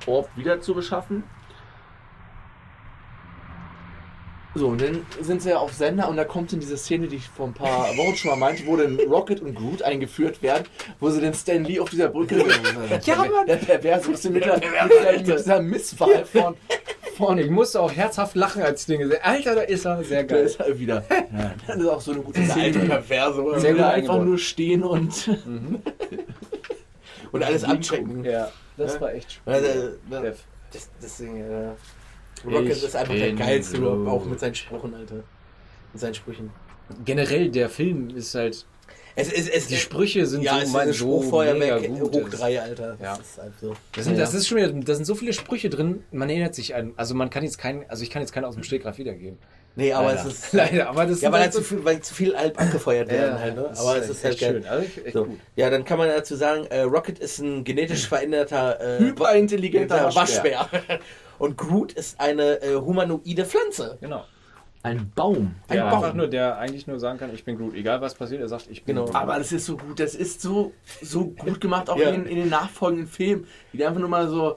Speaker 1: Orb wieder zu beschaffen. So, und dann sind sie ja auf Sender und da kommt dann diese Szene, die ich vor ein paar Wochen schon mal meinte, wo dann Rocket und Groot eingeführt werden, wo sie dann Stan Lee auf dieser Brücke. ja, Mann! Der Perverse ist mit, der, mit, der, mit dieser Misswahl von. von
Speaker 5: Ich musste auch herzhaft lachen, als ich den gesehen Alter, da ist er. Sehr
Speaker 1: da
Speaker 5: geil.
Speaker 1: ist er wieder. Das ist auch so eine gute
Speaker 3: Alter
Speaker 1: Szene.
Speaker 3: Perverse. oder?
Speaker 5: Sehr
Speaker 1: Sehr
Speaker 5: gut
Speaker 1: gut einfach
Speaker 5: eingebaut.
Speaker 1: nur stehen und.
Speaker 3: Und alles abschrecken.
Speaker 5: Ja, das war echt
Speaker 3: Ja, der- der-
Speaker 5: Def.
Speaker 3: Das, deswegen, äh, Rocket
Speaker 5: Ich
Speaker 3: ist einfach der
Speaker 5: bin
Speaker 3: geilste,
Speaker 5: Groot.
Speaker 3: auch mit seinen Sprüchen, Alter. Mit seinen Sprüchen.
Speaker 5: Generell, der Film ist halt.
Speaker 3: Es, es, es,
Speaker 5: Die Sprüche sind
Speaker 3: ja,
Speaker 5: so
Speaker 3: es ist
Speaker 5: mal
Speaker 3: eine
Speaker 5: so
Speaker 3: Spruchfeuerwerk
Speaker 5: mega gut.
Speaker 3: hoch drei, Alter.
Speaker 5: Ja.
Speaker 3: Das ist halt so.
Speaker 5: Das sind,
Speaker 3: Ja,
Speaker 5: das ist schon wieder, da sind so viele Sprüche drin, man erinnert sich an. Also man kann jetzt keinen, also ich kann jetzt keinen aus dem Stegreif wiedergeben.
Speaker 3: Nee, aber
Speaker 5: Leider.
Speaker 3: es ist.
Speaker 5: Leider, aber das
Speaker 3: Ja, weil,
Speaker 5: sind halt
Speaker 3: halt zu viel, weil zu viel Alp abgefeuert werden halt, ne?
Speaker 5: das
Speaker 3: Aber es ist halt
Speaker 5: echt schön.
Speaker 3: geil.
Speaker 5: Also ich, echt
Speaker 3: So.
Speaker 5: gut.
Speaker 3: Ja, dann kann man dazu sagen, äh, Rocket ist ein genetisch veränderter äh,
Speaker 1: Hyperintelligenter
Speaker 3: Wa- Waschbär. Und Groot ist eine äh, humanoide Pflanze.
Speaker 5: Genau.
Speaker 1: Ein Baum.
Speaker 5: Ein
Speaker 3: Ja.
Speaker 5: Bauch nur, der eigentlich nur sagen kann, ich bin Groot. Egal was passiert, er sagt, ich bin
Speaker 3: Genau.
Speaker 5: Groot.
Speaker 1: Aber das ist so gut, das ist so, so gut gemacht, auch
Speaker 3: Ja.
Speaker 1: in, in den nachfolgenden Filmen, wie die einfach nur mal so,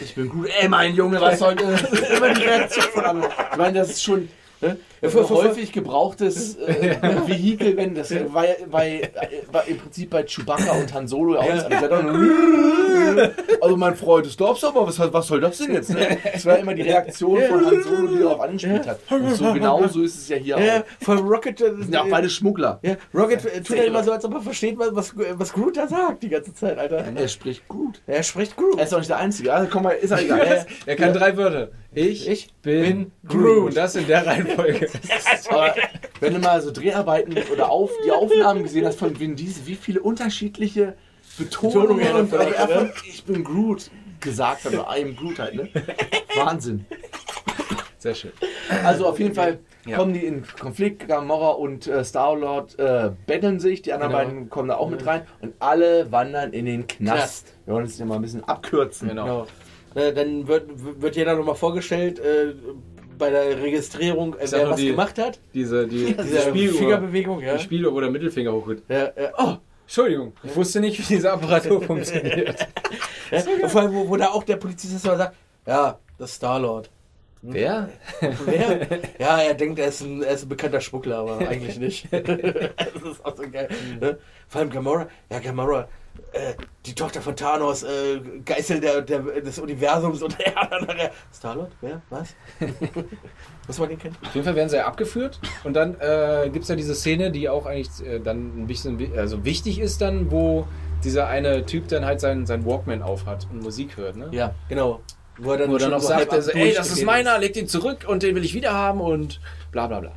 Speaker 1: ich bin gut, ey mein Junge, was soll das? Immer die Reaktion von anderen. Ich meine, das ist schon ne,
Speaker 3: Ja,
Speaker 1: ein
Speaker 3: voll, voll,
Speaker 1: häufig gebrauchtes äh, Vehikel, wenn das war ja bei, war im Prinzip bei Chewbacca und Han Solo ja auch. das hat doch nur- Also mein Freund, das glaubst du aber, was, was soll das denn jetzt? Ne? Das war immer die Reaktion von Han Solo, die darauf angespielt hat. Und so genau so ist es ja hier
Speaker 3: Ja,
Speaker 1: auch.
Speaker 3: von Rocket. äh,
Speaker 1: Das sind ja auch beide Schmuggler.
Speaker 3: Ja, Rocket äh, tut ja immer so, als ob er versteht, was, was, was Groot da sagt die ganze Zeit, Alter.
Speaker 1: Er spricht gut.
Speaker 3: Er spricht Groot.
Speaker 1: Er ist doch nicht der Einzige. Also komm mal, ist ja egal.
Speaker 3: Ja.
Speaker 5: Er kann drei Wörter. Ich,
Speaker 3: Ich
Speaker 5: bin, Groot. Und das in der Reihenfolge.
Speaker 1: Aber wenn du mal so Dreharbeiten oder auf, die Aufnahmen gesehen hast von Vin Diesel, wie viele unterschiedliche Betonungen
Speaker 3: Betonungen
Speaker 1: und
Speaker 3: dafür,
Speaker 1: aber er von ich bin Groot gesagt hat, oder I am Groot halt, ne? Wahnsinn.
Speaker 5: Sehr schön.
Speaker 1: Also auf jeden Fall
Speaker 5: Ja.
Speaker 1: kommen die in Konflikt, Gamora und äh, Star-Lord äh, betteln sich, die anderen
Speaker 5: Genau.
Speaker 1: beiden kommen da auch mit rein und alle wandern in den Knast.
Speaker 3: Knast.
Speaker 1: Wir wollen es ja mal ein bisschen abkürzen.
Speaker 5: Genau.
Speaker 3: Genau. Ne, dann wird, wird jeder nochmal vorgestellt äh, bei der Registrierung, äh,
Speaker 5: Ist ja
Speaker 3: wer
Speaker 5: nur
Speaker 3: was
Speaker 5: die-
Speaker 3: gemacht hat.
Speaker 5: Diese, die, diese
Speaker 3: Diese
Speaker 5: Spieluhr.
Speaker 3: Fingerbewegung, ja.
Speaker 5: Die Spieluhr, wo der Mittelfinger hochgeht.
Speaker 3: ja, ja.
Speaker 5: Oh, Entschuldigung. Ich wusste nicht, wie diese Apparatur funktioniert.
Speaker 3: Ja, und vor allem, wo, wo da auch der Polizist ist, mal sagt, ja, das ist Star-Lord.
Speaker 5: Wer?
Speaker 3: Wer? ja, er denkt, er ist, ein, er ist ein bekannter Schmuggler, aber eigentlich nicht. das ist auch so geil. Ne? Vor allem Gamora, ja, Gamora, äh, die Tochter von Thanos, äh, Geißel der, der, des Universums und er dann nachher, Star-Lord? Wer? Was? Muss man den kennen?
Speaker 5: Auf jeden Fall werden sie ja abgeführt und dann äh, gibt es ja diese Szene, die auch eigentlich äh, dann ein bisschen wi- also wichtig ist dann, wo dieser eine Typ dann halt seinen, seinen Walkman aufhat und Musik hört, ne?
Speaker 1: Ja.
Speaker 3: Genau. Wo er dann,
Speaker 5: Wo er dann
Speaker 3: schon
Speaker 5: auch
Speaker 3: so
Speaker 5: sagt,
Speaker 3: halb
Speaker 5: also, ey, das
Speaker 3: abdurchgedreht
Speaker 5: ist meiner, leg den zurück und den will ich wieder haben und bla bla bla.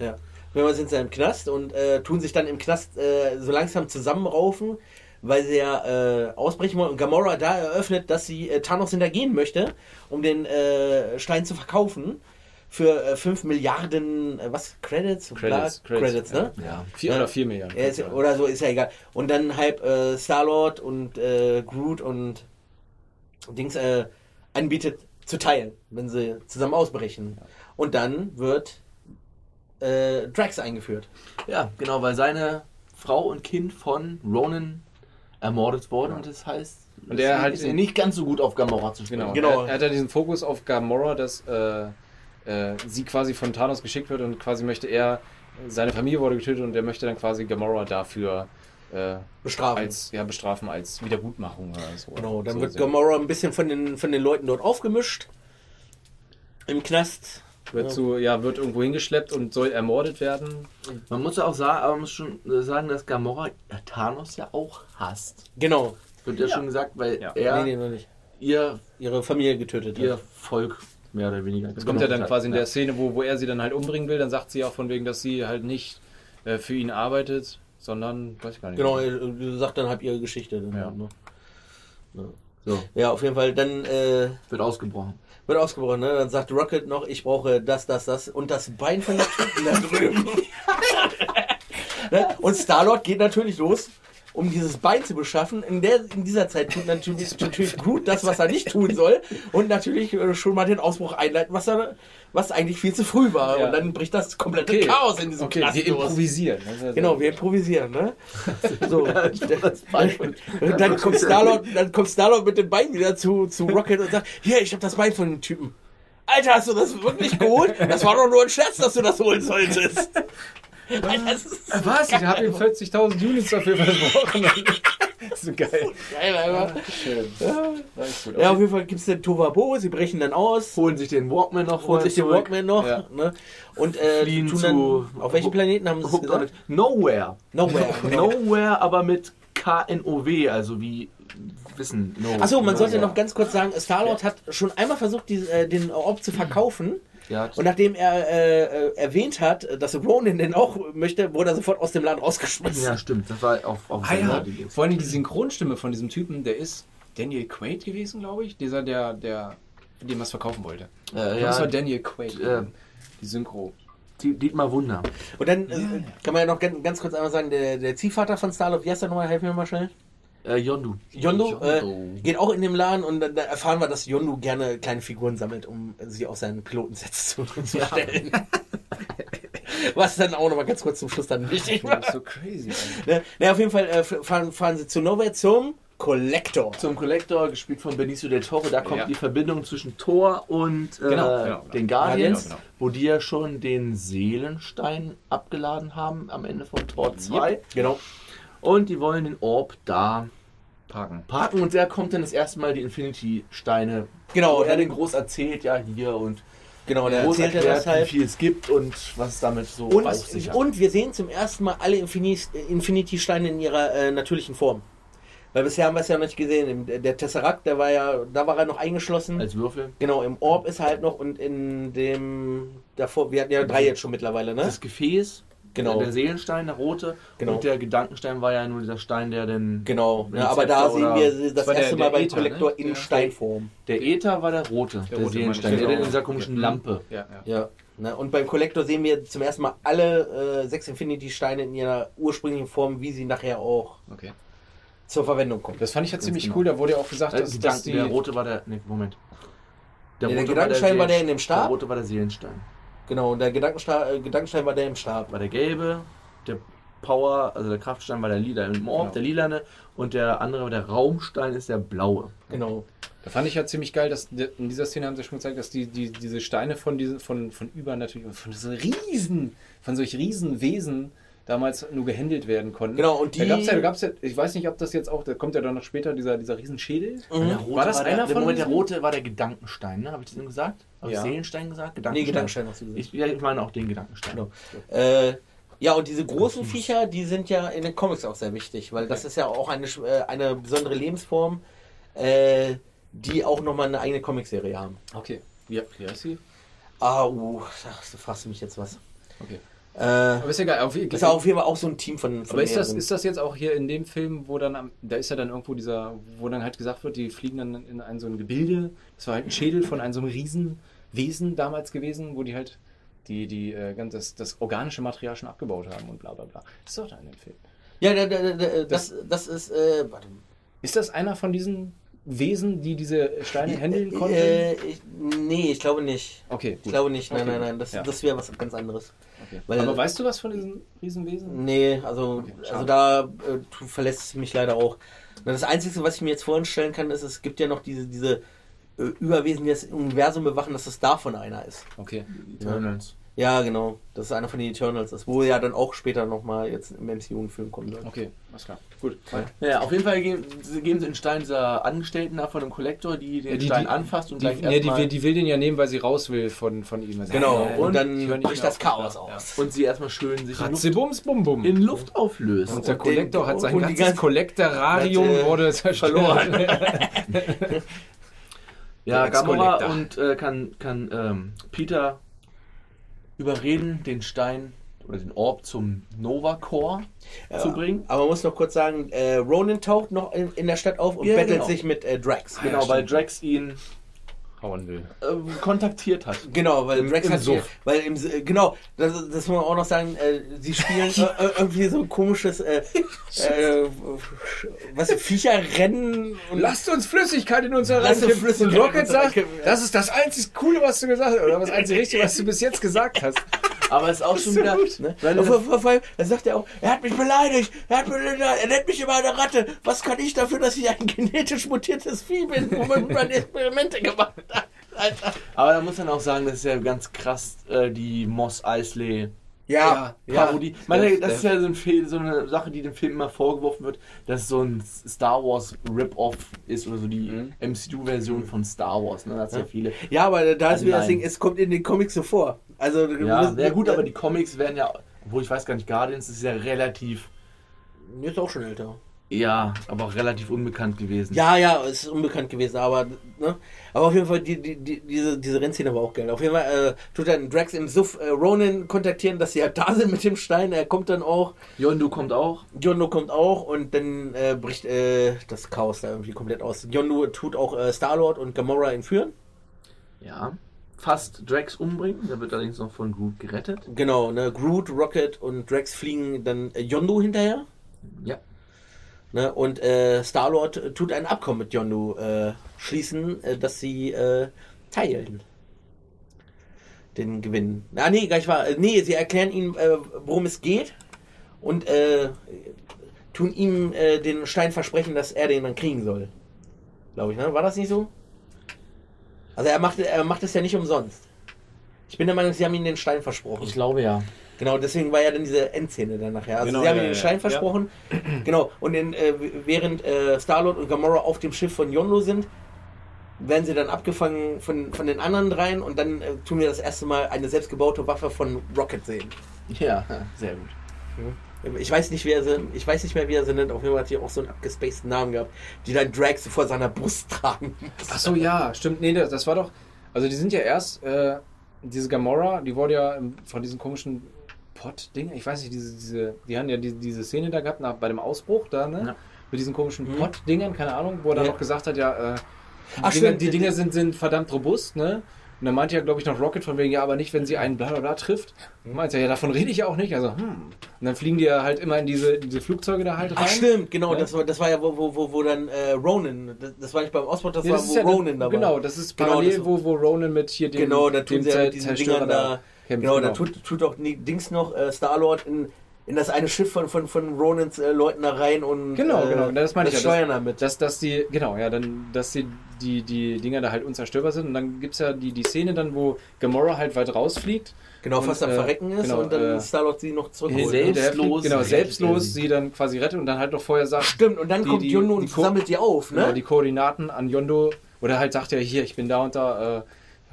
Speaker 3: Ja. Wenn wir sind sie im Knast und äh, tun sich dann im Knast äh, so langsam zusammenraufen, weil sie ja äh, ausbrechen wollen. Und Gamora da eröffnet, dass sie äh, Thanos hintergehen möchte, um den äh, Stein zu verkaufen. Für äh, 5 Milliarden, äh, was? Credits?
Speaker 5: Credits,
Speaker 3: Bla-
Speaker 5: Credits,
Speaker 3: Credits, ne?
Speaker 1: Ja.
Speaker 5: Vier oder vier Milliarden.
Speaker 3: Ja, ist, oder so, ist ja egal. Und dann halb äh, Star-Lord und äh, Groot und Dings äh, anbietet zu teilen, wenn sie zusammen ausbrechen. Und dann wird äh, Drax eingeführt.
Speaker 1: Ja, genau, weil seine Frau und Kind von Ronan ermordet wurden und das heißt,
Speaker 5: Und der
Speaker 1: deswegen
Speaker 5: halt
Speaker 1: ist er
Speaker 5: in-
Speaker 1: nicht ganz so gut auf Gamora zu sprechen.
Speaker 5: Genau.
Speaker 3: Genau.
Speaker 5: Er, er hat ja diesen Fokus auf Gamora, dass äh, äh, sie quasi von Thanos geschickt wird und quasi möchte er, seine Familie wurde getötet und er möchte dann quasi Gamora dafür äh,
Speaker 3: Bestrafen.
Speaker 5: als ja, bestrafen, als Wiedergutmachung oder so.
Speaker 3: genau, dann
Speaker 5: so
Speaker 3: wird
Speaker 5: sehen.
Speaker 3: Gamora ein bisschen von den, von den Leuten dort aufgemischt. Im Knast.
Speaker 5: Wird zu, ja, wird irgendwo hingeschleppt und soll ermordet werden.
Speaker 1: Man muss ja auch sagen, aber man muss schon sagen, dass Gamora Thanos ja auch hasst.
Speaker 3: Genau.
Speaker 1: Wird ja, schon gesagt, weil
Speaker 5: Ja.
Speaker 1: er
Speaker 3: Nee, nee, noch nicht.
Speaker 1: ihr,
Speaker 3: Ihre Familie getötet
Speaker 1: ihr
Speaker 3: hat.
Speaker 1: Volk mehr oder weniger.
Speaker 5: Das kommt Genau. ja dann quasi in der Szene, wo, wo er sie dann halt umbringen will, dann sagt sie auch von wegen, dass sie halt nicht äh, für ihn arbeitet, sondern, weiß ich gar nicht.
Speaker 3: Genau, ihr- sagt dann halb ihre Geschichte. Dann,
Speaker 5: Ja.
Speaker 3: ne?
Speaker 1: So,
Speaker 3: ja, auf jeden Fall. Dann äh,
Speaker 1: wird ausgebrochen.
Speaker 3: Wird ausgebrochen, ne? Dann sagt Rocket noch, ich brauche das, das, das und das Bein von dem Typen da drüben. ne? Und Starlord geht natürlich los, um dieses Bein zu beschaffen. In, der, in dieser Zeit tut natürlich, natürlich Groot das, was er nicht tun soll. Und natürlich äh, schon mal den Ausbruch einleiten, was, er, was eigentlich viel zu früh war.
Speaker 5: Ja.
Speaker 3: Und dann bricht das komplette
Speaker 5: Okay.
Speaker 3: Chaos in diesem
Speaker 5: Okay,
Speaker 3: Knast
Speaker 5: wir
Speaker 3: los.
Speaker 5: improvisieren. Das ist ja
Speaker 3: Genau,
Speaker 5: so-
Speaker 3: wir improvisieren, ne? So.
Speaker 1: Das Bein von-
Speaker 3: Und dann kommt Starlord, dann kommt Starlord mit dem Bein wieder zu, zu Rocket und sagt, hier, ich habe das Bein von dem Typen. Alter, hast du das wirklich geholt? Das war doch nur ein Scherz, dass du das holen solltest. Alter, das ist
Speaker 5: Äh, Was? Ich habe ihm 40.000 Units dafür versprochen. Das ist so geil.
Speaker 3: geil, Alter.
Speaker 5: Schön. Das ist gut.
Speaker 3: Ja, auf jeden Fall gibt es den Tovabo, sie brechen dann aus, holen
Speaker 1: Holen sich den Walkman noch vorher
Speaker 3: sich den
Speaker 1: zurück.
Speaker 3: Walkman noch
Speaker 1: Ja.
Speaker 3: ne? und äh,
Speaker 1: Fliehen
Speaker 3: tun
Speaker 1: zu-
Speaker 3: dann, auf welchem Planeten haben sie es
Speaker 1: Hooked on
Speaker 3: gesagt?
Speaker 1: it. Nowhere.
Speaker 3: Nowhere. genau.
Speaker 1: Nowhere, aber mit K-N-O-W, also wie Wissen. No,
Speaker 3: Achso, man sollte
Speaker 1: Nowhere.
Speaker 3: noch ganz kurz sagen, Star-Lord hat schon einmal versucht, die, äh, den Orb zu verkaufen.
Speaker 1: Ja, das-
Speaker 3: Und nachdem er äh, äh, erwähnt hat, dass Ronin den auch möchte, wurde er sofort aus dem Laden rausgeschmissen.
Speaker 1: ja, stimmt. Das war auf, auf
Speaker 5: Ah ja,
Speaker 1: Sender, die Dings.
Speaker 5: vor allem die Synchronstimme von diesem Typen, der ist Daniel Quaid gewesen, glaube ich. Dieser, der, der, dem was verkaufen wollte.
Speaker 1: Äh,
Speaker 5: Ja, das war
Speaker 1: ja,
Speaker 5: Daniel Quaid.
Speaker 1: äh,
Speaker 5: die Synchro.
Speaker 1: Die- Dietmar Wunder.
Speaker 3: Und dann äh, kann man ja noch ganz, ganz kurz einmal sagen, der, der Ziehvater von Star-Lord, wie heißt der nochmal? Helf mir mal schnell.
Speaker 1: Äh, Yondu.
Speaker 3: Yondu äh, geht auch in dem Laden und dann, dann erfahren wir, dass Yondu gerne kleine Figuren sammelt, um sie auf seinen Pilotensets zu, zu stellen. Was dann auch nochmal ganz kurz zum Schluss dann wichtig war.
Speaker 5: Das ist so crazy. Alter.
Speaker 3: Ne? Na, auf jeden Fall äh, f- fahren, fahren sie zu Nowhere zum Collector.
Speaker 1: Zum Collector, gespielt von Benicio del Toro. Da kommt
Speaker 5: Ja.
Speaker 1: die Verbindung zwischen Thor und äh,
Speaker 5: Genau, genau, genau.
Speaker 1: den Guardians,
Speaker 5: Ja, genau, genau.
Speaker 1: wo die ja schon den Seelenstein abgeladen haben am Ende von Thor 2.
Speaker 3: Genau.
Speaker 1: Und die wollen den Orb da
Speaker 5: Parken.
Speaker 1: parken. Und da kommt dann das erste Mal die Infinity-Steine.
Speaker 3: Genau,
Speaker 1: Wo er
Speaker 3: der,
Speaker 1: den groß erzählt, ja, hier und
Speaker 3: genau, der
Speaker 1: groß
Speaker 3: erzählt er das
Speaker 1: wie
Speaker 3: halt.
Speaker 1: viel es gibt und was damit so auf sich
Speaker 3: Und,
Speaker 1: hat.
Speaker 3: und wir sehen zum ersten Mal alle Infini- Infinity-Steine in ihrer äh, natürlichen Form. Weil bisher haben wir es ja noch nicht gesehen. Im- äh, Der Tesseract, der war ja, da war er noch eingeschlossen.
Speaker 1: als Würfel.
Speaker 3: Genau, im Orb ist er halt noch und in dem davor, wir hatten ja drei jetzt schon mittlerweile, ne?
Speaker 1: Das Gefäß, äh,
Speaker 3: Genau.
Speaker 1: der Seelenstein, der rote.
Speaker 3: Genau.
Speaker 1: Und der Gedankenstein war ja nur dieser Stein, der den.
Speaker 3: Genau, ne?
Speaker 1: Rezeptor
Speaker 3: aber da
Speaker 1: oder-
Speaker 3: sehen wir das
Speaker 5: war der-
Speaker 3: erste Mal
Speaker 5: der
Speaker 3: beim
Speaker 5: Äther,
Speaker 3: Kollektor
Speaker 5: ne?
Speaker 3: in
Speaker 5: Ja.
Speaker 3: Steinform.
Speaker 1: Der Äther war der rote, der,
Speaker 5: rote,
Speaker 1: Seelenstein,
Speaker 5: meine ich,
Speaker 1: der
Speaker 5: genau.
Speaker 1: in dieser komischen
Speaker 5: Ja.
Speaker 1: Lampe.
Speaker 5: Ja, ja.
Speaker 3: Ja. Ne? Und beim Kollektor sehen wir zum ersten Mal alle äh, sechs Infinity-Steine in ihrer ursprünglichen Form, wie sie nachher auch
Speaker 5: Okay.
Speaker 3: zur Verwendung kommen.
Speaker 5: Das fand ich ja ziemlich
Speaker 1: genau.
Speaker 5: cool. Da wurde ja auch gesagt,
Speaker 1: Äh,
Speaker 5: dass,
Speaker 1: Gedanken,
Speaker 5: dass die.
Speaker 1: der rote war der. Nee, Moment.
Speaker 3: Ja, der
Speaker 1: rote
Speaker 3: Gedankenstein war der
Speaker 1: Seelen-
Speaker 3: in dem Stab.
Speaker 1: Der rote war der Seelenstein.
Speaker 3: Genau, und der Gedankenstein, äh, Gedankenstein war der im Stab.
Speaker 1: War der gelbe, der Power, also der Kraftstein war der lila im Orb,
Speaker 5: Genau.
Speaker 1: der lilane. Und der andere war der Raumstein, ist der blaue.
Speaker 3: Genau.
Speaker 5: Da fand ich ja ziemlich geil, dass die- in dieser Szene haben sie schon gezeigt, dass die, die diese Steine von diesen, von, von über natürlich, von so Riesen, von solch Riesenwesen damals nur gehändelt werden konnten.
Speaker 3: Genau, und
Speaker 5: Da
Speaker 3: die-
Speaker 5: gab's ja, da gab's ja, ich weiß nicht, ob das jetzt auch, da kommt ja dann noch später dieser, dieser Riesenschädel.
Speaker 1: Der rote
Speaker 5: War das
Speaker 1: der, der,
Speaker 5: einer von
Speaker 1: Moment, der
Speaker 5: diesen?
Speaker 1: rote war der Gedankenstein, ne? Habe ich das eben gesagt? Habe
Speaker 5: Ja.
Speaker 1: ich Seelenstein gesagt?
Speaker 3: Nee,
Speaker 1: Gedankenstein.
Speaker 3: Gedankenstein hast du gesagt.
Speaker 1: Ich, ja, ich meine auch den Gedankenstein.
Speaker 3: Genau. Äh, ja, und diese großen Viecher, die sind ja in den Comics auch sehr wichtig, weil das ist ja auch eine, sch- äh, eine besondere Lebensform, äh, die auch nochmal eine eigene Comicserie haben.
Speaker 5: Okay. Ja, wie heißt sie?
Speaker 3: Ah, uh, ach, du fragst mich jetzt was.
Speaker 5: Okay.
Speaker 3: Äh,
Speaker 5: Aber ist ja geil. Auf,
Speaker 3: ist ja auf jeden Fall auch so ein Team von. von
Speaker 5: aber ist das,
Speaker 3: mehreren.
Speaker 5: ist das jetzt auch hier in dem Film, wo dann am, da ist ja dann irgendwo dieser, wo dann halt gesagt wird, die fliegen dann in ein so ein Gebilde. Das war halt ein Schädel von einem so einem Riesenwesen damals gewesen, wo die halt die, die, äh, ganz, das, das organische Material schon abgebaut haben und bla bla bla. Das ist doch da in dem Film.
Speaker 3: ja, da, da, da, da, das, das ist. Äh, warte.
Speaker 5: Ist das einer von diesen Wesen, die diese Steine händeln konnten?
Speaker 3: Äh, ich, nee, ich glaube nicht.
Speaker 5: okay,
Speaker 3: Ich glaube nicht, nein,
Speaker 5: Okay,
Speaker 3: nein,
Speaker 5: gut.
Speaker 3: nein, das,
Speaker 5: Ja.
Speaker 3: das wäre was ganz anderes.
Speaker 5: okay.
Speaker 3: weil-
Speaker 5: Aber weißt du was von diesen Riesenwesen?
Speaker 3: Nee, also,
Speaker 5: Okay, schade.
Speaker 3: also da äh, du verlässt mich leider auch. Na, Das Einzige, was ich mir jetzt vorstellen kann, ist, es gibt ja noch diese, diese äh, Überwesen, die das Universum bewachen, dass das davon einer ist.
Speaker 5: Okay.
Speaker 1: Eternals.
Speaker 3: Ja, genau. Das ist einer von den Eternals ist, wo ja dann auch später nochmal jetzt im MCU-Film kommen wird.
Speaker 5: Okay, alles klar. Gut.
Speaker 1: Naja, auf jeden Fall geben, sie geben sie den Stein dieser Angestellten da von einem Kollektor, die den
Speaker 5: Ja, die-
Speaker 1: Stein
Speaker 5: die-
Speaker 1: anfasst und
Speaker 5: Die,
Speaker 1: gleich
Speaker 5: nee, die,
Speaker 1: erstmal,
Speaker 5: will, die will den ja nehmen, weil sie raus will von, von ihm. Also,
Speaker 3: Genau,
Speaker 5: ja, ja,
Speaker 3: und
Speaker 5: ja,
Speaker 3: dann
Speaker 5: ich hör nicht
Speaker 3: bricht
Speaker 5: mehr
Speaker 3: das Chaos
Speaker 5: Ja,
Speaker 3: aus.
Speaker 1: und sie erstmal schön sich
Speaker 5: Ja.
Speaker 1: in Luft,
Speaker 5: Ratzebumsbum.
Speaker 1: in Luft auflöst.
Speaker 5: Und der
Speaker 3: und
Speaker 5: Kollektor
Speaker 3: den-
Speaker 5: hat sein
Speaker 3: und die
Speaker 5: ganzes
Speaker 3: ganze-
Speaker 5: Kollektorarium
Speaker 3: hat, äh,
Speaker 5: wurde zerstört.
Speaker 3: verloren.
Speaker 1: ja,
Speaker 5: der
Speaker 1: Gamora
Speaker 5: Ex-Kollektor.
Speaker 1: und äh, kann, kann ähm, Peter überreden, den Stein oder den Orb zum Nova Core zu bringen.
Speaker 3: Aber man muss noch kurz sagen, äh, Ronan taucht noch in, in der Stadt auf und
Speaker 1: Ja,
Speaker 3: bettelt
Speaker 1: genau.
Speaker 3: sich mit äh,
Speaker 5: Ah,
Speaker 3: Drax.
Speaker 1: Genau, weil Drax ihn
Speaker 5: Hauen will.
Speaker 1: ähm, kontaktiert hat.
Speaker 3: Genau, weil Drax
Speaker 1: im
Speaker 3: hat
Speaker 1: Suff.
Speaker 3: hier- weil im, Su- genau, das, das muss man auch noch sagen, äh, sie spielen äh, äh, irgendwie so ein komisches äh, äh, was Viecherrennen und
Speaker 5: Lasst uns Flüssigkeit in unser
Speaker 3: Lasst
Speaker 5: Rennen
Speaker 3: uns
Speaker 5: kippen.
Speaker 3: Flüssigkeit
Speaker 5: Und Rocket
Speaker 3: in unser Rennen
Speaker 5: sagt,
Speaker 3: kippen.
Speaker 5: das ist das einzig Coole, was du gesagt hast. Oder das einzig Richtige, was du bis jetzt gesagt hast.
Speaker 1: Aber es ist auch schon
Speaker 5: so
Speaker 1: wieder.
Speaker 5: gut.
Speaker 1: Ne?
Speaker 3: Weil vor, vor, vor allem, dann sagt er auch, er hat mich beleidigt, er, hat mich, beleidigt, er nennt mich immer eine Ratte. Was kann ich dafür, dass ich ein genetisch mutiertes Vieh bin, wo man, man Experimente gemacht hat? Alter.
Speaker 1: Aber da muss man auch sagen, das ist ja ganz krass äh, die Moss Eisley
Speaker 3: Ja.
Speaker 1: Parodie. Man,
Speaker 5: Steph,
Speaker 1: das ist ja so, ein Fehl, so eine Sache, die dem Film immer vorgeworfen wird, dass es so ein Star Wars Rip-Off ist oder so die MCU-Version von Star Wars. Ne? Da hat's Mhm. ja viele.
Speaker 3: Ja, aber da ist
Speaker 1: Also
Speaker 3: wieder das
Speaker 1: Nein.
Speaker 3: Ding, es kommt in den Comics so vor. Also, du
Speaker 1: Ja,
Speaker 3: musst-
Speaker 1: ja, gut, äh, aber die Comics werden ja, obwohl ich weiß gar nicht, Guardians ist ja relativ,
Speaker 3: Ist auch schon älter.
Speaker 1: ja, aber auch relativ unbekannt gewesen.
Speaker 3: Ja, ja, es ist unbekannt gewesen, aber ne? Aber auf jeden Fall, die, die, die, diese, diese Rennszene war auch geil. Auf jeden Fall äh, tut dann Drax im Suff äh, Ronan kontaktieren, dass sie halt da sind mit dem Stein. Er kommt dann auch,
Speaker 1: Yondu kommt auch.
Speaker 3: Yondu kommt auch und dann äh, bricht äh, das Chaos da irgendwie komplett aus. Yondu tut auch äh, Star-Lord und Gamora entführen.
Speaker 1: Ja. Fast Drax umbringen, der wird allerdings noch von Groot gerettet.
Speaker 3: Genau, ne? Groot, Rocket und Drax fliegen dann äh, Yondu hinterher.
Speaker 1: Ja.
Speaker 3: Ne? Und äh, Star-Lord tut ein Abkommen mit Yondu äh, schließen, äh, dass sie äh, teilen. Den Gewinn. Ah, nee, gleich war. Äh, nee, sie erklären ihm, äh, worum es geht und äh, tun ihm äh, den Stein versprechen, dass er den dann kriegen soll. Glaube ich, ne? War das nicht so? Also er macht, er macht es ja nicht umsonst. Ich bin der Meinung, sie haben ihm den Stein versprochen.
Speaker 1: Ich glaube ja.
Speaker 3: Genau, deswegen war ja dann diese Endszene dann nachher. Also
Speaker 5: Genau,
Speaker 3: sie haben
Speaker 5: ja,
Speaker 3: ihm den
Speaker 5: ja,
Speaker 3: Stein
Speaker 5: ja.
Speaker 3: versprochen. Genau. Und in, äh, während äh, Starlord und Gamora auf dem Schiff von Yondu sind, werden sie dann abgefangen von, von den anderen dreien und dann äh, tun wir das erste Mal eine selbstgebaute Waffe von Rocket sehen.
Speaker 1: Ja, sehr gut.
Speaker 3: Ich weiß nicht, wer sie, ich weiß nicht mehr, wie er sie nennt. Auf jeden Fall hat die auch so einen abgespaceden Namen gehabt, die dann Drax vor seiner Brust tragen.
Speaker 5: Ach so, ja, stimmt. Nee, das, das war doch. Also, die sind ja erst. Äh, diese Gamora, die wurde ja im- von diesem komischen Pott-Ding. Ich weiß nicht, diese, diese. Die haben ja diese, diese Szene da gehabt, nach, bei dem Ausbruch da, ne?
Speaker 1: Ja.
Speaker 5: Mit diesen komischen
Speaker 3: Mhm.
Speaker 5: Pott-Dingern, keine Ahnung, wo er dann
Speaker 3: Ja.
Speaker 5: noch gesagt hat, ja. Äh, die
Speaker 3: Ach,
Speaker 5: Dinger,
Speaker 3: stimmt.
Speaker 5: Die Dinger sind, sind verdammt robust, ne? Und dann meinte ja, glaube ich, noch Rocket von wegen, ja, aber nicht, wenn sie einen bla bla bla trifft. Und meinte er, ja, davon rede ich ja auch nicht. Also, hm. Und dann fliegen die ja halt immer in diese, diese Flugzeuge da halt rein.
Speaker 3: Ach stimmt, genau,
Speaker 5: Ja.
Speaker 3: das war das war ja wo wo wo, wo dann äh, Ronan, das, das war nicht beim Ausbruch, das
Speaker 5: Ja,
Speaker 3: war
Speaker 5: das
Speaker 3: wo
Speaker 5: ist ja-
Speaker 3: Ronan dabei.
Speaker 5: Genau, das ist
Speaker 3: Genau,
Speaker 5: parallel,
Speaker 3: das-
Speaker 5: wo, wo Ronan mit hier dem,
Speaker 3: Genau, da tun
Speaker 5: dem
Speaker 3: sie ja
Speaker 5: Zer-
Speaker 3: mit diesen
Speaker 5: Zerstörer
Speaker 3: Dingern da.
Speaker 5: kämpft.
Speaker 3: Genau, da tut, tut auch nie- Dings noch äh, Star-Lord in, in das eine Schiff von, von, von Ronans äh, Leuten da rein und
Speaker 5: Genau,
Speaker 3: äh,
Speaker 5: genau, das meine ich ja, das-
Speaker 3: steuern damit.
Speaker 5: dass, dass die, genau, ja, dann, dass die, die, die Dinger da halt unzerstörbar sind. Und dann gibt es ja die, die Szene dann, wo Gamora halt weit rausfliegt.
Speaker 3: Genau, fast
Speaker 5: und,
Speaker 3: am
Speaker 5: äh,
Speaker 3: Verrecken ist
Speaker 5: genau,
Speaker 3: und dann
Speaker 5: äh,
Speaker 3: Star-Lord sie noch zurückholt.
Speaker 1: Hey,
Speaker 3: ne?
Speaker 1: selbst- Oh, Selbstlos
Speaker 5: Genau,
Speaker 1: rettet er
Speaker 5: selbstlos
Speaker 1: sie.
Speaker 5: sie dann quasi rettet und dann halt noch vorher sagt,
Speaker 3: Stimmt, und dann
Speaker 5: die-
Speaker 3: kommt
Speaker 5: die-
Speaker 3: Juno und
Speaker 5: die Ko-
Speaker 3: sammelt die auf, ne?
Speaker 5: genau, die Koordinaten an Yondo oder halt sagt er hier, ich bin da und da, äh,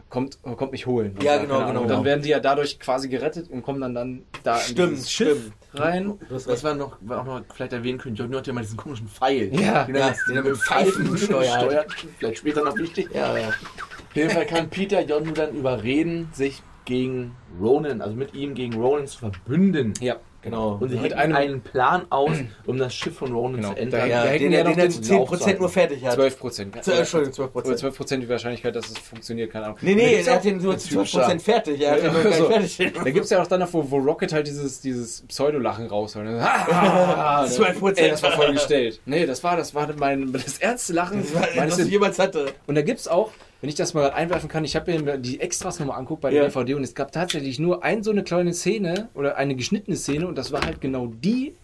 Speaker 5: kommt, kommt mich holen.
Speaker 3: Ja,
Speaker 5: Oder
Speaker 3: genau,
Speaker 5: keine
Speaker 3: genau.
Speaker 5: Ahnung. Und dann werden die ja dadurch quasi gerettet und kommen dann, dann da in
Speaker 3: stimmt,
Speaker 5: dieses Schiff
Speaker 3: stimmt.
Speaker 5: rein.
Speaker 3: Das
Speaker 1: Was wir noch, wir auch noch vielleicht erwähnen können, John hat ja mal diesen komischen Pfeil.
Speaker 5: Ja,
Speaker 1: den
Speaker 3: ja,
Speaker 1: er,
Speaker 3: den
Speaker 1: den
Speaker 3: er
Speaker 1: mit Pfeifen steuert.
Speaker 3: steuert.
Speaker 1: Vielleicht später noch wichtig.
Speaker 3: ja, ja.
Speaker 1: Auf jeden Fall kann Peter John dann überreden, sich gegen Ronan, also mit ihm gegen Ronan zu verbünden.
Speaker 5: Ja,
Speaker 3: genau.
Speaker 1: Und sie
Speaker 5: Mit
Speaker 1: mit
Speaker 5: einem-
Speaker 1: einen Plan aus, um das Schiff von Ronan
Speaker 5: Genau.
Speaker 1: zu entern.
Speaker 5: Da-
Speaker 3: ja,
Speaker 5: wir hätten
Speaker 3: den,
Speaker 5: ja
Speaker 3: ja
Speaker 5: noch
Speaker 3: den er
Speaker 5: den
Speaker 3: zu 10% nur
Speaker 1: Laufsaal.
Speaker 3: fertig hat.
Speaker 5: 12 Prozent.
Speaker 3: Zu- Entschuldigung, 12
Speaker 5: Oder
Speaker 3: Prozent.
Speaker 5: 12 Prozent die Wahrscheinlichkeit, dass es funktioniert, keine Ahnung.
Speaker 3: Nee,
Speaker 5: Da
Speaker 3: nee,
Speaker 5: gibt's ja
Speaker 3: er
Speaker 5: auch- also-
Speaker 3: hat den nur
Speaker 5: Das ist
Speaker 3: zu 12% fertig. Er hat den nur gar
Speaker 5: so.
Speaker 3: nicht fertig.
Speaker 5: Da gibt es ja auch dann noch, wo, wo Rocket halt dieses, dieses Pseudolachen rausholt. Ah,
Speaker 3: 12%.
Speaker 5: Ey, das war voll gestellt. Nee, das war, das war mein, das ernste Lachen meines
Speaker 3: Was ich jemals hatte.
Speaker 5: Und da gibt es auch, wenn ich das mal einwerfen kann, ich habe mir die Extras nochmal anguckt bei der
Speaker 3: Ja.
Speaker 5: DVD und es gab tatsächlich nur ein so eine kleine Szene oder eine geschnittene Szene und das war halt genau die,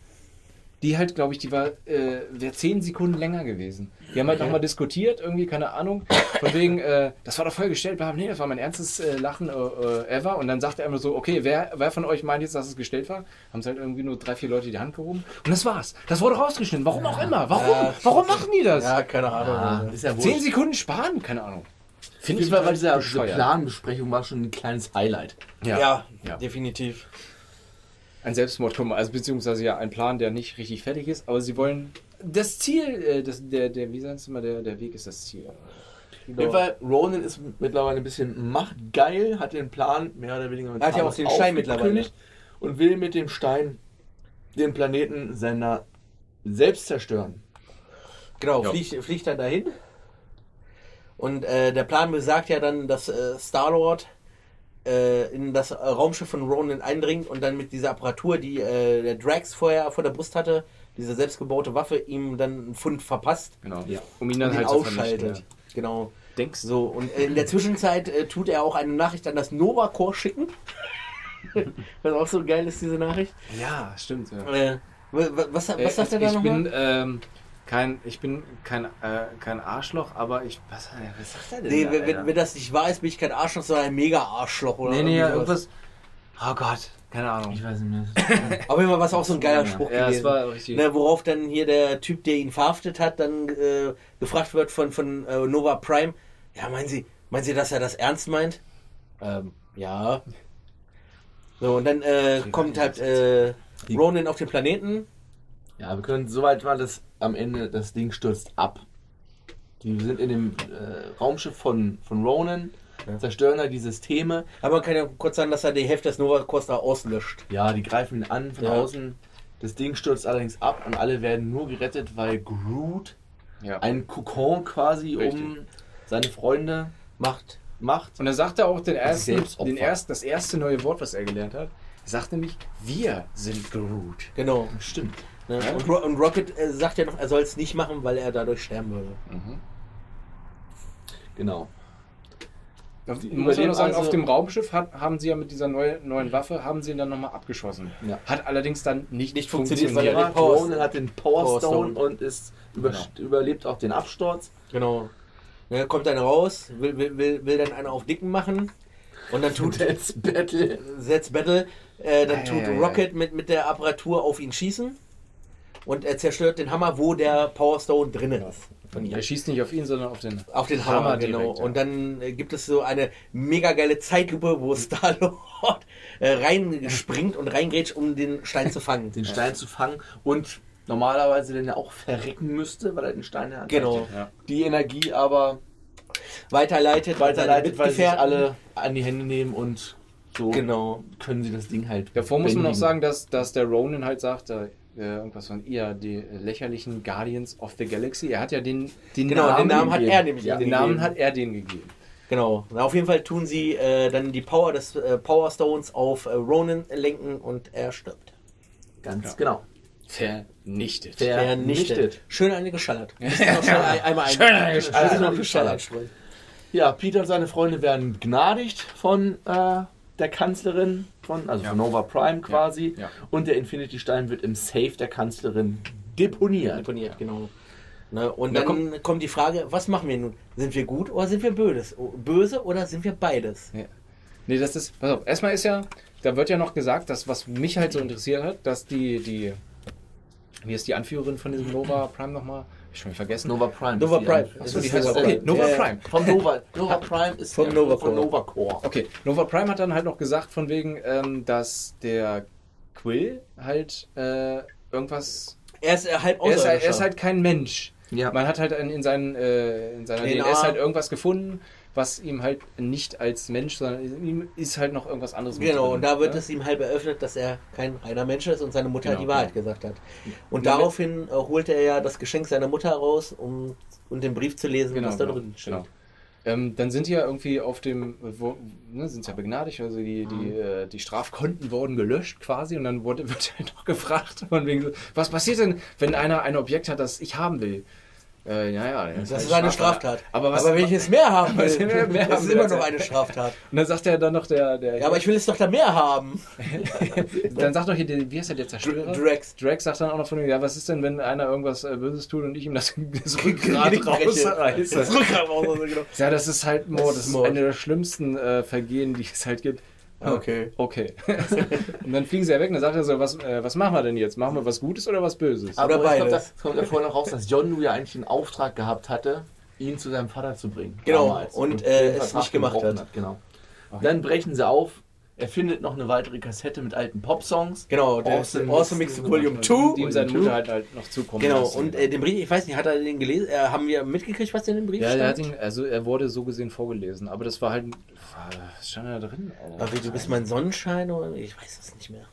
Speaker 5: die halt, glaube ich, die war äh, wäre zehn Sekunden länger gewesen. Die haben halt nochmal diskutiert, irgendwie, keine Ahnung, von wegen, äh, das war doch voll gestellt, bla, bla, nee, das war mein ernstes äh, Lachen äh, äh, ever und dann sagte er immer so, okay, wer, wer von euch meint jetzt, dass es gestellt war? Haben es halt irgendwie nur drei, vier Leute die Hand gehoben und das war's. Das wurde rausgeschnitten, warum auch immer, warum,
Speaker 3: Ja.
Speaker 5: warum machen die das?
Speaker 3: Ja, keine Ahnung.
Speaker 1: Ah, ist ja
Speaker 5: Zehn
Speaker 1: wohl.
Speaker 5: Sekunden sparen, keine Ahnung.
Speaker 1: Auf
Speaker 5: Finde
Speaker 1: jeden Fall war dieser, diese
Speaker 5: bescheuert.
Speaker 1: Planbesprechung war schon ein kleines Highlight.
Speaker 5: Ja.
Speaker 3: Ja,
Speaker 5: Ja.
Speaker 3: definitiv.
Speaker 5: Ein Selbstmord, guck mal, also beziehungsweise ja ein Plan, der nicht richtig fertig ist, aber sie wollen das Ziel, äh, das, der, der, wie sagen sie immer, der, der Weg ist das Ziel.
Speaker 1: Auf jeden Fall, Ronan ist mittlerweile ein bisschen machtgeil, hat den Plan mehr oder weniger mit
Speaker 3: Er hat ja auch
Speaker 1: Thanos
Speaker 3: den Stein
Speaker 1: aufgekündigt Und will mit dem Stein den Planeten seiner selbst zerstören.
Speaker 3: Genau,
Speaker 5: Ja.
Speaker 3: fliegt, fliegt dann dahin. Und äh, der Plan besagt ja dann, dass äh, Star-Lord äh, in das äh, Raumschiff von Ronan eindringt und dann mit dieser Apparatur, die äh, der Drax vorher vor der Brust hatte, diese selbstgebaute Waffe, ihm dann einen Pfund verpasst
Speaker 5: Genau. Um ihn
Speaker 3: und
Speaker 5: dann
Speaker 3: ihn
Speaker 5: halt zu vernichten.
Speaker 3: ausschaltet.
Speaker 5: Ja.
Speaker 3: Genau.
Speaker 5: Denkst du?
Speaker 3: So, und äh, in der Zwischenzeit äh, tut er auch eine Nachricht an das Nova Corps schicken. Was auch so geil ist, diese Nachricht.
Speaker 5: Ja, stimmt. Ja.
Speaker 3: Äh, wa- wa- was, was sagt
Speaker 5: Äh,
Speaker 3: er da
Speaker 5: ich
Speaker 3: nochmal?
Speaker 5: bin ähm, kein, ich bin kein, äh, kein Arschloch, aber ich. Was, äh, was sagt er denn?
Speaker 3: Nee,
Speaker 5: da,
Speaker 3: wenn,
Speaker 5: Alter?
Speaker 3: wenn, wenn das nicht wahr ist, bin ich kein Arschloch, sondern ein Mega-Arschloch oder
Speaker 5: nee, nee, ja,
Speaker 3: irgendwie
Speaker 5: irgendwas. Oh Gott, keine Ahnung.
Speaker 1: Ich weiß nicht
Speaker 3: sowas.
Speaker 1: mehr.
Speaker 3: Aber immer war es auch so ein geiler Spruch
Speaker 5: Ja, es
Speaker 3: gewesen.
Speaker 5: war richtig.
Speaker 3: Ne, worauf dann hier der Typ, der ihn verhaftet hat, dann äh, gefragt wird von, von äh, Nova Prime, ja, meinen Sie, meinen Sie, dass er das ernst meint? Ähm, ja. So, und dann äh, kommt halt äh, Ronan auf den Planeten.
Speaker 1: ja, wir können, soweit war das am Ende, das Ding stürzt ab. Die sind in dem äh, Raumschiff von, von Ronan, zerstören da die Systeme.
Speaker 3: Aber man kann ja kurz sagen, dass er die Hälfte des Nova Costa auslöscht.
Speaker 1: Ja, die greifen ihn an von
Speaker 3: Ja.
Speaker 1: außen. Das Ding stürzt allerdings ab und alle werden nur gerettet, weil Groot
Speaker 5: Ja.
Speaker 1: einen Kokon quasi um
Speaker 5: Richtig.
Speaker 1: seine Freunde
Speaker 3: Macht.
Speaker 1: macht.
Speaker 5: Und dann sagt er auch den ersten,
Speaker 1: Selbstopfer.
Speaker 5: den ersten, das erste neue Wort, was er gelernt hat. Er sagt nämlich, wir sind Groot.
Speaker 3: Genau.
Speaker 1: Stimmt.
Speaker 3: Ne? Und, Ro und Rocket äh, sagt ja noch, er soll es nicht machen, weil er dadurch sterben würde.
Speaker 1: Genau.
Speaker 5: Auf,
Speaker 1: Die
Speaker 5: muss man
Speaker 1: überleben
Speaker 5: noch sagen,
Speaker 1: also-
Speaker 5: auf dem Raumschiff hat, haben sie ja mit dieser neu, neuen Waffe, haben sie ihn dann nochmal abgeschossen.
Speaker 1: Ja.
Speaker 5: Hat allerdings dann nicht,
Speaker 3: Nicht funktioniert,
Speaker 5: funktioniert.
Speaker 3: weil er den Power-
Speaker 1: Ronan hat den Power
Speaker 3: Power
Speaker 1: Stone
Speaker 3: Stone.
Speaker 1: und ist über, überlebt auch den Absturz.
Speaker 3: Genau. Ne, kommt dann raus, will, will, will, will dann einer auf Dicken machen. Und dann tut
Speaker 1: Death Battle.
Speaker 3: Sets Battle, äh, dann
Speaker 5: Ei,
Speaker 3: tut
Speaker 5: ei, ei.
Speaker 3: Rocket mit, mit der Apparatur auf ihn schießen und er zerstört den Hammer, wo der Power Stone drinnen ist. Von ihm.
Speaker 5: er schießt nicht auf ihn, sondern auf den.
Speaker 3: Auf den Hammer,
Speaker 5: Hammer
Speaker 3: genau.
Speaker 5: direkt, ja.
Speaker 3: Und dann äh, gibt es so eine mega geile Zeitlupe, wo Star-Lord äh, reinspringt und reingrätscht, um den Stein zu fangen.
Speaker 1: Den Stein zu fangen und normalerweise den er auch verrecken müsste, weil er den Stein in der Hand
Speaker 3: Genau.
Speaker 5: Ja.
Speaker 1: hat. halt Die Energie aber
Speaker 3: Weiterleitet,
Speaker 1: weiterleitet, weil sie sich
Speaker 3: Mitgefährten.
Speaker 1: alle an die Hände nehmen und so
Speaker 3: Genau.
Speaker 1: können sie das Ding halt.
Speaker 5: Davor muss man noch
Speaker 1: bändigen.
Speaker 5: sagen, dass, dass der Ronan halt sagt, äh, irgendwas von ihr, die lächerlichen Guardians of the Galaxy. Er hat ja den, den
Speaker 3: Genau, den Namen hat
Speaker 5: gegeben.
Speaker 3: er nämlich
Speaker 1: Ja,
Speaker 5: Den
Speaker 3: gegeben.
Speaker 5: Namen hat er den gegeben.
Speaker 3: Genau. Na, auf jeden Fall tun sie äh, dann die Power des äh, Power Stones auf äh, Ronan lenken und er stirbt.
Speaker 1: Ganz genau.
Speaker 5: Vernichtet.
Speaker 1: Vernichtet.
Speaker 3: Schön eine geschallert. Müssen noch Schön ein- einmal ein.
Speaker 5: Schön eine
Speaker 1: geschallert.
Speaker 3: Müssen noch geschallert. streuen.
Speaker 1: Ja, Peter und seine Freunde werden begnadigt von äh, der Kanzlerin, von, also von Nova Prime quasi.
Speaker 5: Ja, ja.
Speaker 1: Und der Infinity Stein wird im Safe der Kanzlerin deponiert.
Speaker 3: Imponiert, genau. Ne, und
Speaker 5: Na,
Speaker 3: dann kommt, die Frage, was machen wir nun? Sind wir gut oder sind wir bödes? O- böse oder sind wir beides?
Speaker 5: Nee, das ist. Pass auf, erstmal ist ja, da wird ja noch gesagt, dass was mich halt so interessiert hat, dass die, die. Wie ist die Anführerin von diesem Nova Prime nochmal? Hab ich schon wieder vergessen.
Speaker 1: Nova Prime.
Speaker 3: Nova
Speaker 1: ist die
Speaker 3: Prime.
Speaker 1: An-
Speaker 5: Achso, die
Speaker 1: ist
Speaker 5: heißt.
Speaker 1: Nova
Speaker 5: Okay,
Speaker 1: Prime.
Speaker 5: Nova
Speaker 3: Ja, ja.
Speaker 5: Prime.
Speaker 1: Von Nova, Nova Prime ist
Speaker 3: Von
Speaker 1: ja
Speaker 3: Nova
Speaker 1: von
Speaker 3: Core.
Speaker 1: Nova Core.
Speaker 5: Okay, Nova Prime hat dann halt noch gesagt, von wegen, ähm, dass der Quill halt äh, irgendwas.
Speaker 3: Er ist äh, halb
Speaker 5: Er ist, halt-
Speaker 3: außerirdischer.
Speaker 5: er ist halt kein Mensch.
Speaker 1: Ja.
Speaker 5: Man hat halt in, in, seinen, äh, in seiner
Speaker 3: DNA.
Speaker 5: DNS halt irgendwas gefunden, was ihm halt nicht als Mensch, sondern ihm ist halt noch irgendwas anderes mit
Speaker 3: Genau,
Speaker 5: drin,
Speaker 3: und da wird
Speaker 5: ne?
Speaker 3: es ihm halb eröffnet, dass er kein reiner Mensch ist und seine Mutter
Speaker 5: Genau,
Speaker 3: die Wahrheit gesagt hat. Und daraufhin äh, holt er ja das Geschenk seiner Mutter raus, um und den Brief zu lesen, was da drin steht.
Speaker 5: genau. Ähm, dann sind die ja irgendwie auf dem, wo, ne, sind ja begnadigt, also die, die,
Speaker 3: Mhm.
Speaker 5: äh, die Strafkonten wurden gelöscht quasi und dann wurde, wird halt noch gefragt, von wegen so, was passiert denn, wenn einer ein Objekt hat, das ich haben will? Äh, ja, ja,
Speaker 3: Das, ist eine Straftat.
Speaker 5: Aber, was,
Speaker 3: aber wenn ich es mehr haben will,
Speaker 5: was- mehr- mehr
Speaker 3: das
Speaker 5: haben
Speaker 3: ist
Speaker 5: will,
Speaker 3: immer
Speaker 5: also-
Speaker 3: noch eine Straftat.
Speaker 5: und dann sagt er dann noch der, der
Speaker 3: Ja, aber ich will es doch da mehr haben.
Speaker 5: dann sagt doch hier, der, wie heißt der, der Zerstörer?
Speaker 3: Dr- Drax.
Speaker 5: Drax sagt dann auch noch von mir, ja, was ist denn, wenn einer irgendwas äh, Böses tut und ich ihm das, das Rückgrat
Speaker 3: Genick breche.
Speaker 5: rausreiße?
Speaker 3: Das Rückgrat rausreiße, genau.
Speaker 5: Ja, das ist halt Mord. Das ist,
Speaker 3: Mord.
Speaker 5: eine der schlimmsten äh, Vergehen, die es halt gibt.
Speaker 3: Okay.
Speaker 5: Okay. und dann fliegen sie ja weg und dann sagt er so, was, äh, was machen wir denn jetzt? Machen wir was Gutes oder was Böses?
Speaker 1: Aber
Speaker 3: Oder
Speaker 1: es kommt,
Speaker 3: beides.
Speaker 1: da- kommt ja vorher noch raus, dass Yondu ja eigentlich einen Auftrag gehabt hatte, ihn zu seinem Vater zu bringen.
Speaker 3: Genau,
Speaker 1: damals.
Speaker 3: und,
Speaker 1: den
Speaker 3: äh, es
Speaker 1: Vertrag
Speaker 3: nicht gemacht
Speaker 1: gebrochen
Speaker 3: hat.
Speaker 1: Genau. Dann brechen sie auf. Er findet noch eine weitere Kassette mit alten Popsongs.
Speaker 3: Genau, der
Speaker 1: Awesome
Speaker 3: awesome, awesome
Speaker 1: Mix
Speaker 3: Mix Volume
Speaker 1: Volume
Speaker 3: 2.
Speaker 5: Die ihm seine Mutter halt, halt noch zukommen
Speaker 3: Genau,
Speaker 5: lassen.
Speaker 3: und äh, den Brief, ich weiß nicht, hat er den gelesen? Äh, haben wir mitgekriegt, was in dem Brief
Speaker 5: ja,
Speaker 3: stand?
Speaker 5: er hat ihn, also er wurde so gesehen vorgelesen, aber das war halt, was stand da drin? Alter?
Speaker 3: Ach, wie, du bist mein Sonnenschein oder ich weiß es nicht mehr.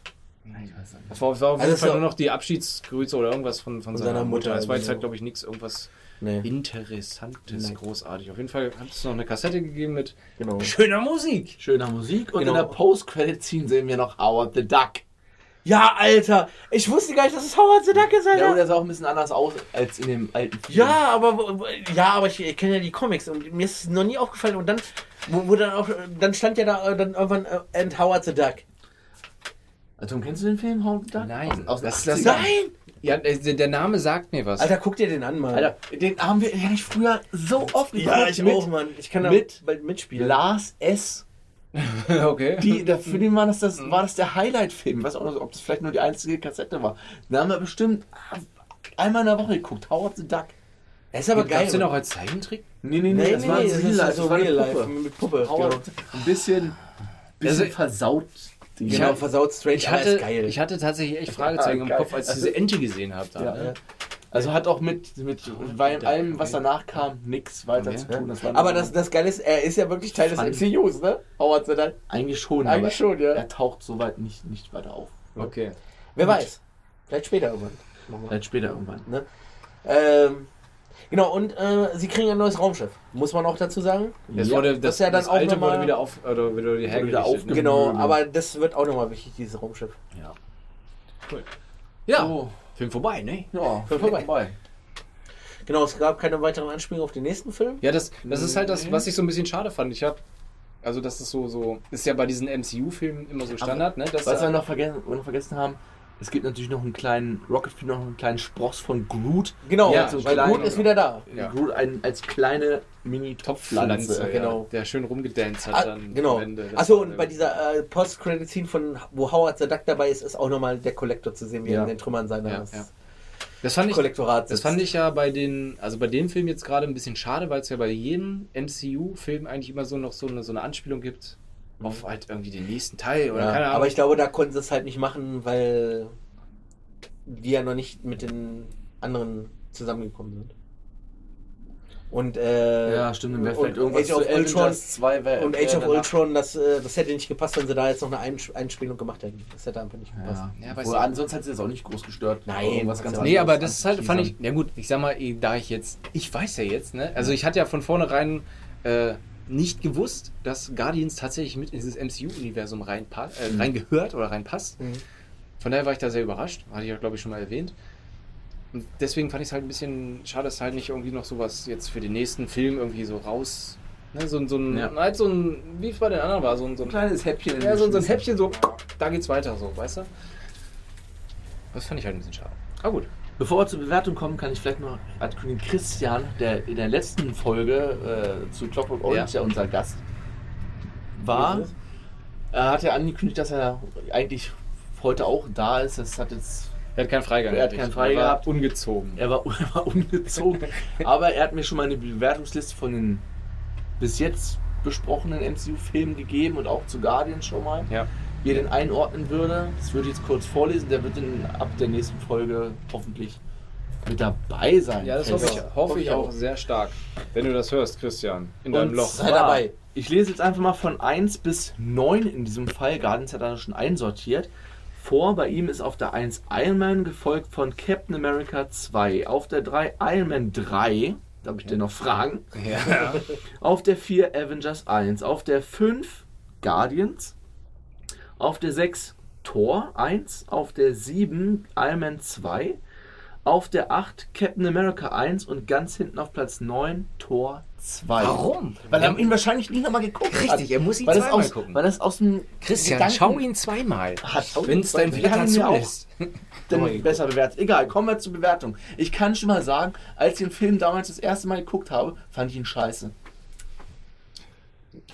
Speaker 5: Das war, war auf jeden
Speaker 3: Also es
Speaker 5: Fall
Speaker 3: war-
Speaker 5: nur noch die Abschiedsgrüße oder irgendwas von, von seiner,
Speaker 3: seiner
Speaker 5: Mutter.
Speaker 3: Mutter,
Speaker 5: Es war jetzt
Speaker 3: genau.
Speaker 5: halt, glaube ich, nichts, irgendwas
Speaker 3: Nee.
Speaker 5: Interessantes, großartig. Auf jeden Fall hat es noch eine Kassette gegeben mit
Speaker 3: Genau.
Speaker 5: schöner Musik.
Speaker 1: Schöner Musik. Und
Speaker 3: Genau.
Speaker 1: in der Post-Credit-Scene sehen wir noch Howard the Duck.
Speaker 3: Ja, Alter! Ich wusste gar nicht, dass es Howard the Duck ist,
Speaker 1: Ja, und
Speaker 3: Alter!
Speaker 1: der sah auch ein bisschen anders aus als in dem alten Film.
Speaker 3: Ja, aber, wo- wo- ja, aber ich, ich kenne ja die Comics und mir ist es noch nie aufgefallen. Und dann, wo, wo dann auch, dann stand ja da äh, dann irgendwann äh, and Howard the Duck.
Speaker 1: Also, Tom, kennst du den Film Howard the Duck?
Speaker 5: Nein.
Speaker 1: Aus, aus
Speaker 5: Das-
Speaker 1: den
Speaker 5: das-
Speaker 1: 80ern?
Speaker 3: Nein!
Speaker 5: Ja, der, der Name sagt mir was.
Speaker 3: Alter, guck dir den an, Mann.
Speaker 1: Alter, den haben wir ja nicht früher so oft
Speaker 3: ja,
Speaker 1: geguckt
Speaker 3: ich
Speaker 1: mit
Speaker 3: auch, Mann. Ich kann da
Speaker 1: mit-
Speaker 3: bald mitspielen.
Speaker 1: Lars S.
Speaker 5: okay.
Speaker 1: Die, da, für den war das, das, war das der Highlight-Film. Ich weiß auch nicht, ob das vielleicht nur die einzige Kassette war. Da haben wir bestimmt ah, einmal in der Woche geguckt. Howard the Duck.
Speaker 3: Er ist aber
Speaker 5: Gab's
Speaker 3: geil.
Speaker 5: den auch als Zeichentrick?
Speaker 1: Nee, nee, nee,
Speaker 3: Nee,
Speaker 1: das
Speaker 3: nee,
Speaker 1: war
Speaker 3: nee,
Speaker 1: ein
Speaker 3: das
Speaker 1: Real
Speaker 3: ist
Speaker 1: Life.
Speaker 3: so
Speaker 1: das war eine
Speaker 3: Real
Speaker 1: Puppe.
Speaker 3: Life mit Puppe.
Speaker 1: Howard, ein bisschen, bisschen
Speaker 5: Also-
Speaker 1: versaut.
Speaker 3: Genau, genau versaut strange,
Speaker 5: Ich
Speaker 3: aber
Speaker 5: hatte,
Speaker 3: ist geil.
Speaker 5: ich hatte tatsächlich echt Fragezeichen
Speaker 1: Ah,
Speaker 5: im
Speaker 1: geil.
Speaker 5: Kopf, als ich diese Ente gesehen habe. Da,
Speaker 1: Ja.
Speaker 5: ne?
Speaker 1: Also hat auch mit, mit bei allem, was danach kam, nichts weiter
Speaker 5: Okay.
Speaker 1: zu tun. Das war
Speaker 3: aber
Speaker 1: nur-
Speaker 3: das, das Geile ist, er ist ja wirklich Teil
Speaker 1: Fun.
Speaker 3: des MCUs, ne? Howard the Duck.
Speaker 1: eigentlich schon.
Speaker 3: Eigentlich
Speaker 1: aber
Speaker 3: schon, ja.
Speaker 1: Er taucht soweit nicht, nicht weiter auf.
Speaker 5: Okay.
Speaker 3: Wer weiß. Vielleicht später irgendwann. Machen wir.
Speaker 1: Vielleicht später irgendwann.
Speaker 3: Ähm, genau, und äh, sie kriegen ein neues Raumschiff. Muss man auch dazu sagen.
Speaker 5: Das,
Speaker 1: Ja.
Speaker 5: wurde, das,
Speaker 3: Das ist ja dann
Speaker 5: das
Speaker 3: auch
Speaker 5: alte
Speaker 3: nochmal-
Speaker 5: wurde wieder auf oder wieder, hergerichtet, ne?
Speaker 1: aufge-
Speaker 3: Genau,
Speaker 1: Gemüse.
Speaker 3: aber das wird auch nochmal wichtig, dieses Raumschiff.
Speaker 5: Ja,
Speaker 1: So.
Speaker 5: Film vorbei, ne?
Speaker 1: Ja,
Speaker 3: Oh. vorbei.
Speaker 1: vorbei.
Speaker 3: Genau, es gab keine weiteren Anspielungen auf den nächsten Film.
Speaker 5: Ja, das, das ist halt
Speaker 3: Mhm.
Speaker 5: das, was ich so ein bisschen schade fand. Ich habe also das ist so so ist ja bei diesen MCU-Filmen immer so Standard, ne? Dass
Speaker 1: Was
Speaker 5: da-
Speaker 1: wir noch vergessen, wir noch vergessen haben, es gibt natürlich noch einen kleinen, Rocket findet noch einen kleinen Spross von Groot.
Speaker 3: Genau,
Speaker 5: Ja,
Speaker 3: also,
Speaker 1: so
Speaker 3: weil
Speaker 1: klein
Speaker 3: Groot
Speaker 1: oder-
Speaker 3: ist wieder da.
Speaker 5: Ja.
Speaker 1: Groot ein, als kleine Mini-Topfpflanze.
Speaker 5: Pflanze,
Speaker 3: genau.
Speaker 5: ja, der schön rumgedanced hat
Speaker 3: Ah,
Speaker 5: dann.
Speaker 3: genau.
Speaker 5: am Ende. Das
Speaker 3: Achso,
Speaker 5: war
Speaker 3: und
Speaker 5: der-
Speaker 3: bei dieser äh, Post-Credit-Scene von, wo Howard the Duck dabei ist, ist auch nochmal der Kollektor zu sehen, wie er
Speaker 1: Ja.
Speaker 3: in den Trümmern
Speaker 5: Ja,
Speaker 3: seines
Speaker 5: ja. Das fand ich
Speaker 3: Kollektorats
Speaker 5: das
Speaker 3: sitzt.
Speaker 5: fand ich ja bei den, also bei dem Film jetzt gerade ein bisschen schade, weil es ja bei jedem MCU-Film eigentlich immer so noch so eine, so eine Anspielung gibt auf halt irgendwie den nächsten Teil oder
Speaker 3: Mhm. ja.
Speaker 5: keine Ahnung.
Speaker 3: Aber ich glaube, da konnten sie es halt nicht machen, weil die ja noch nicht mit den anderen zusammengekommen sind. Und, äh,
Speaker 1: Ja, stimmt. Dann wäre
Speaker 3: und
Speaker 1: vielleicht irgendwas
Speaker 3: Age of
Speaker 1: zu
Speaker 3: Ultron,
Speaker 1: Avengers 2 wär-
Speaker 3: und
Speaker 1: wär
Speaker 3: Age of
Speaker 1: danach.
Speaker 3: Ultron, das, äh, das hätte nicht gepasst, wenn sie da jetzt noch eine Ein- Einspielung gemacht hätten. Das hätte einfach nicht gepasst.
Speaker 1: Ja,
Speaker 5: Ja,
Speaker 1: ja
Speaker 5: weiß
Speaker 1: Obwohl,
Speaker 5: ich-
Speaker 1: ansonsten hat sie das auch nicht groß gestört.
Speaker 3: Nein,
Speaker 1: Irgendwas ganz
Speaker 5: Nee,
Speaker 1: anderes
Speaker 5: aber das ist halt, fand ich,
Speaker 1: anzuteasern.
Speaker 5: ja gut, ich sag mal, eh, da ich jetzt, ich weiß ja jetzt, ne, also ich hatte ja von vornherein äh, nicht gewusst, dass Guardians tatsächlich mit in dieses MCU-Universum reinpa- äh, reingehört oder reinpasst.
Speaker 3: Mhm.
Speaker 5: Von daher war ich da sehr überrascht, hatte ich ja, glaube ich, schon mal erwähnt. Und deswegen fand ich es halt ein bisschen schade, dass halt nicht irgendwie noch sowas jetzt für den nächsten Film irgendwie so raus, ne, so, ein- so ein,
Speaker 1: Ja.
Speaker 5: halt so ein, wie es bei den anderen war, so ein, so ein
Speaker 1: Ein kleines Häppchen. in
Speaker 5: ja,
Speaker 1: den
Speaker 5: so, so ein
Speaker 1: Schnitzel.
Speaker 5: Häppchen, so, da geht's weiter, so, weißt du? Das fand ich halt ein bisschen schade. Ah, gut.
Speaker 1: Bevor wir zur Bewertung kommen, kann ich vielleicht noch ankündigen, Christian, der in der letzten Folge äh, zu Clockwork Orange, ja. unser Gast war, er hat ja angekündigt, dass er eigentlich heute auch da ist. Das hat jetzt,
Speaker 5: Er hat keinen Freigang.
Speaker 1: Er hat
Speaker 5: gekriegt.
Speaker 1: keinen Freigang
Speaker 5: Er war
Speaker 1: gehabt.
Speaker 5: Ungezogen.
Speaker 1: er war, er war umgezogen, aber er hat mir schon mal eine Bewertungsliste von den bis jetzt besprochenen MCU-Filmen gegeben und auch zu Guardian schon mal.
Speaker 5: Ja.
Speaker 1: Wie er den einordnen würde, das würde ich jetzt kurz vorlesen. Der wird dann ab der nächsten Folge hoffentlich mit dabei sein.
Speaker 5: Ja, das
Speaker 1: Fest.
Speaker 5: hoffe ich, hoffe ich auch sehr stark. Wenn du das hörst, Christian, in deinem
Speaker 1: Und
Speaker 5: Loch.
Speaker 1: Sei
Speaker 3: War.
Speaker 1: dabei. Ich lese jetzt einfach mal von 1 bis 9 in diesem Fall. Guardians hat er schon einsortiert. Vor bei ihm ist auf der 1 Iron Man, gefolgt von Captain America 2. Auf der 3 Iron Man 3. Darf ich dir noch fragen?
Speaker 5: Ja.
Speaker 1: Auf der 4 Avengers 1. Auf der 5 Guardians. Auf der 6 Thor 1. Auf der 7 Iron Man 2. Auf der 8 Captain America 1 und ganz hinten auf Platz 9 Thor 2. Weil er ihn wahrscheinlich nie nochmal geguckt hat.
Speaker 5: Richtig, er muss ihn
Speaker 1: weil das
Speaker 5: zweimal
Speaker 1: aus,
Speaker 5: gucken.
Speaker 1: Weil das aus dem
Speaker 5: Christian,
Speaker 1: Gedanken
Speaker 5: schau ihn zweimal.
Speaker 1: Hat- schau ihn
Speaker 5: Wenn es dein
Speaker 1: zweimal.
Speaker 5: Wetter
Speaker 1: Wir haben ihn ja
Speaker 5: zulässt.
Speaker 1: dann besser bewertet. Egal, kommen wir zur Bewertung. Ich kann schon mal sagen, als ich den Film damals das erste Mal geguckt habe, fand ich ihn scheiße.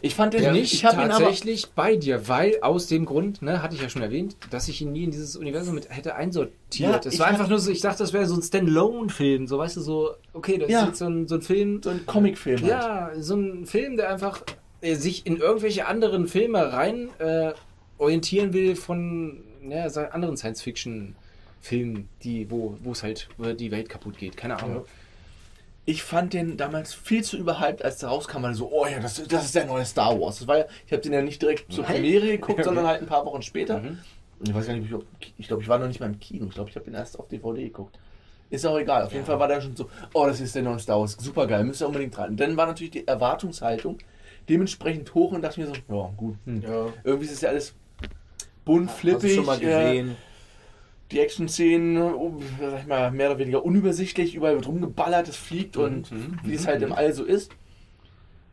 Speaker 1: Ich fand den
Speaker 5: Ja,
Speaker 1: nicht.
Speaker 5: nicht
Speaker 1: Ich habe ihn aber.
Speaker 5: tatsächlich bei dir, weil aus dem Grund, ne, hatte ich ja schon erwähnt, dass ich ihn nie in dieses Universum mit hätte
Speaker 1: Ja,
Speaker 5: einsortiert. es
Speaker 1: ich
Speaker 5: war
Speaker 1: hab-
Speaker 5: einfach nur so, ich dachte, das wäre so ein Standalone-Film, so weißt du, so, okay, das
Speaker 1: Ja.
Speaker 5: ist jetzt so ein, so ein Film,
Speaker 1: So ein Comicfilm. halt.
Speaker 5: Ja, so ein Film, der einfach äh, sich in irgendwelche anderen Filme rein äh, orientieren will von ja, sa- anderen Science-Fiction-Filmen, die, wo wo es halt wo die Welt kaputt geht. Keine Ahnung.
Speaker 1: Ich fand den damals viel zu überhyped, als der rauskam. Weil so, oh ja, das, das ist der neue Star Wars. Das war ja, ich habe den ja nicht direkt zur Premiere geguckt, sondern halt ein paar Wochen später.
Speaker 3: Mhm.
Speaker 1: Ich weiß gar nicht, ob ich, ich glaube, ich war noch nicht mal im Kino. Ich glaube, ich habe den erst auf DVD geguckt. Ist auch egal. Auf jeden Fall war der schon so, oh, das ist der neue Star Wars. Super geil, müsst ihr unbedingt dran. Dann war natürlich die Erwartungshaltung dementsprechend hoch und dachte mir so, ja, gut. Hm.
Speaker 3: Ja.
Speaker 1: Irgendwie ist es ja alles bunt, flippig.
Speaker 3: Hast du schon mal
Speaker 1: äh,
Speaker 3: gesehen.
Speaker 1: die Action-Szenen, oh, sag ich mal, mehr oder weniger unübersichtlich, überall wird rumgeballert, es fliegt und wie es halt im All so ist.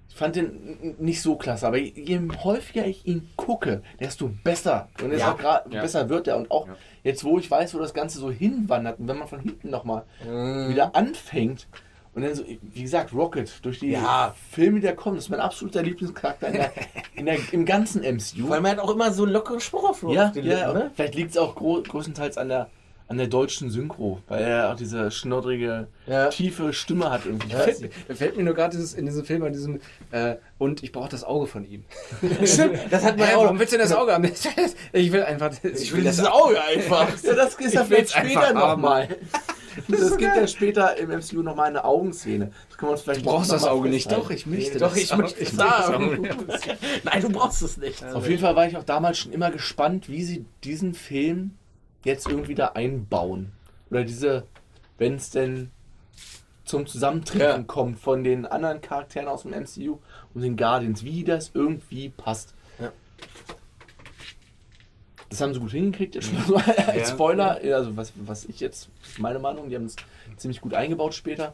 Speaker 1: Ich fand den n- nicht so klasse, aber je häufiger ich ihn gucke, desto besser. Und jetzt
Speaker 3: Ja.
Speaker 1: auch grad,
Speaker 5: Ja.
Speaker 1: besser wird er. Und auch
Speaker 5: Ja.
Speaker 1: jetzt, wo ich weiß, wo das Ganze so hinwandert und wenn man von hinten nochmal mal wieder anfängt. Und dann so, wie gesagt, Rocket, durch die
Speaker 3: Ja.
Speaker 1: Filme, die da kommen, das ist mein absoluter Lieblingscharakter in der, in der, im ganzen MCU.
Speaker 3: Weil man hat halt auch immer so einen lockeren Spruch auf,
Speaker 1: Ja,
Speaker 3: auf den
Speaker 1: ja,
Speaker 3: Lippen, ne?
Speaker 1: vielleicht liegt es auch gro größtenteils an der, an der deutschen Synchro, weil er auch diese schnoddrige,
Speaker 3: Ja.
Speaker 1: tiefe Stimme hat irgendwie. Ich weiß nicht.
Speaker 5: Da fällt mir nur gerade dieses in diesem Film an diesem äh, und ich brauche das Auge von ihm.
Speaker 3: Stimmt, das hat man
Speaker 5: Hä,
Speaker 3: auch.
Speaker 5: warum willst du denn das Auge haben? ich will oh einfach. Ich
Speaker 3: will das
Speaker 5: Auge einfach.
Speaker 1: Ja, das ist ja
Speaker 5: Ich will's
Speaker 1: vielleicht
Speaker 5: einfach
Speaker 1: später
Speaker 5: haben.
Speaker 1: nochmal. Das, gibt ja später im MCU nochmal eine Augenszene. Das können wir uns vielleicht
Speaker 5: Du brauchst
Speaker 1: noch
Speaker 5: das
Speaker 1: mal
Speaker 5: Auge nicht.
Speaker 1: festhalten.
Speaker 5: Doch, ich möchte
Speaker 3: Doch,
Speaker 5: das
Speaker 3: ich
Speaker 5: Auge.
Speaker 3: möchte es
Speaker 5: will das
Speaker 3: haben.
Speaker 5: Auge.
Speaker 3: Nein, du brauchst es nicht.
Speaker 1: Auf jeden Fall war ich auch damals schon immer gespannt, wie sie diesen Film jetzt irgendwie da einbauen. Oder diese, wenn es denn zum Zusammentreffen
Speaker 3: Ja.
Speaker 1: kommt von den anderen Charakteren aus dem MCU und den Guardians, wie das irgendwie passt.
Speaker 3: Ja.
Speaker 1: Das haben sie gut hingekriegt, jetzt schon mal als
Speaker 5: Mhm. Ja.
Speaker 1: Spoiler. Also was, was ich jetzt, meine Meinung, die haben es ziemlich gut eingebaut später.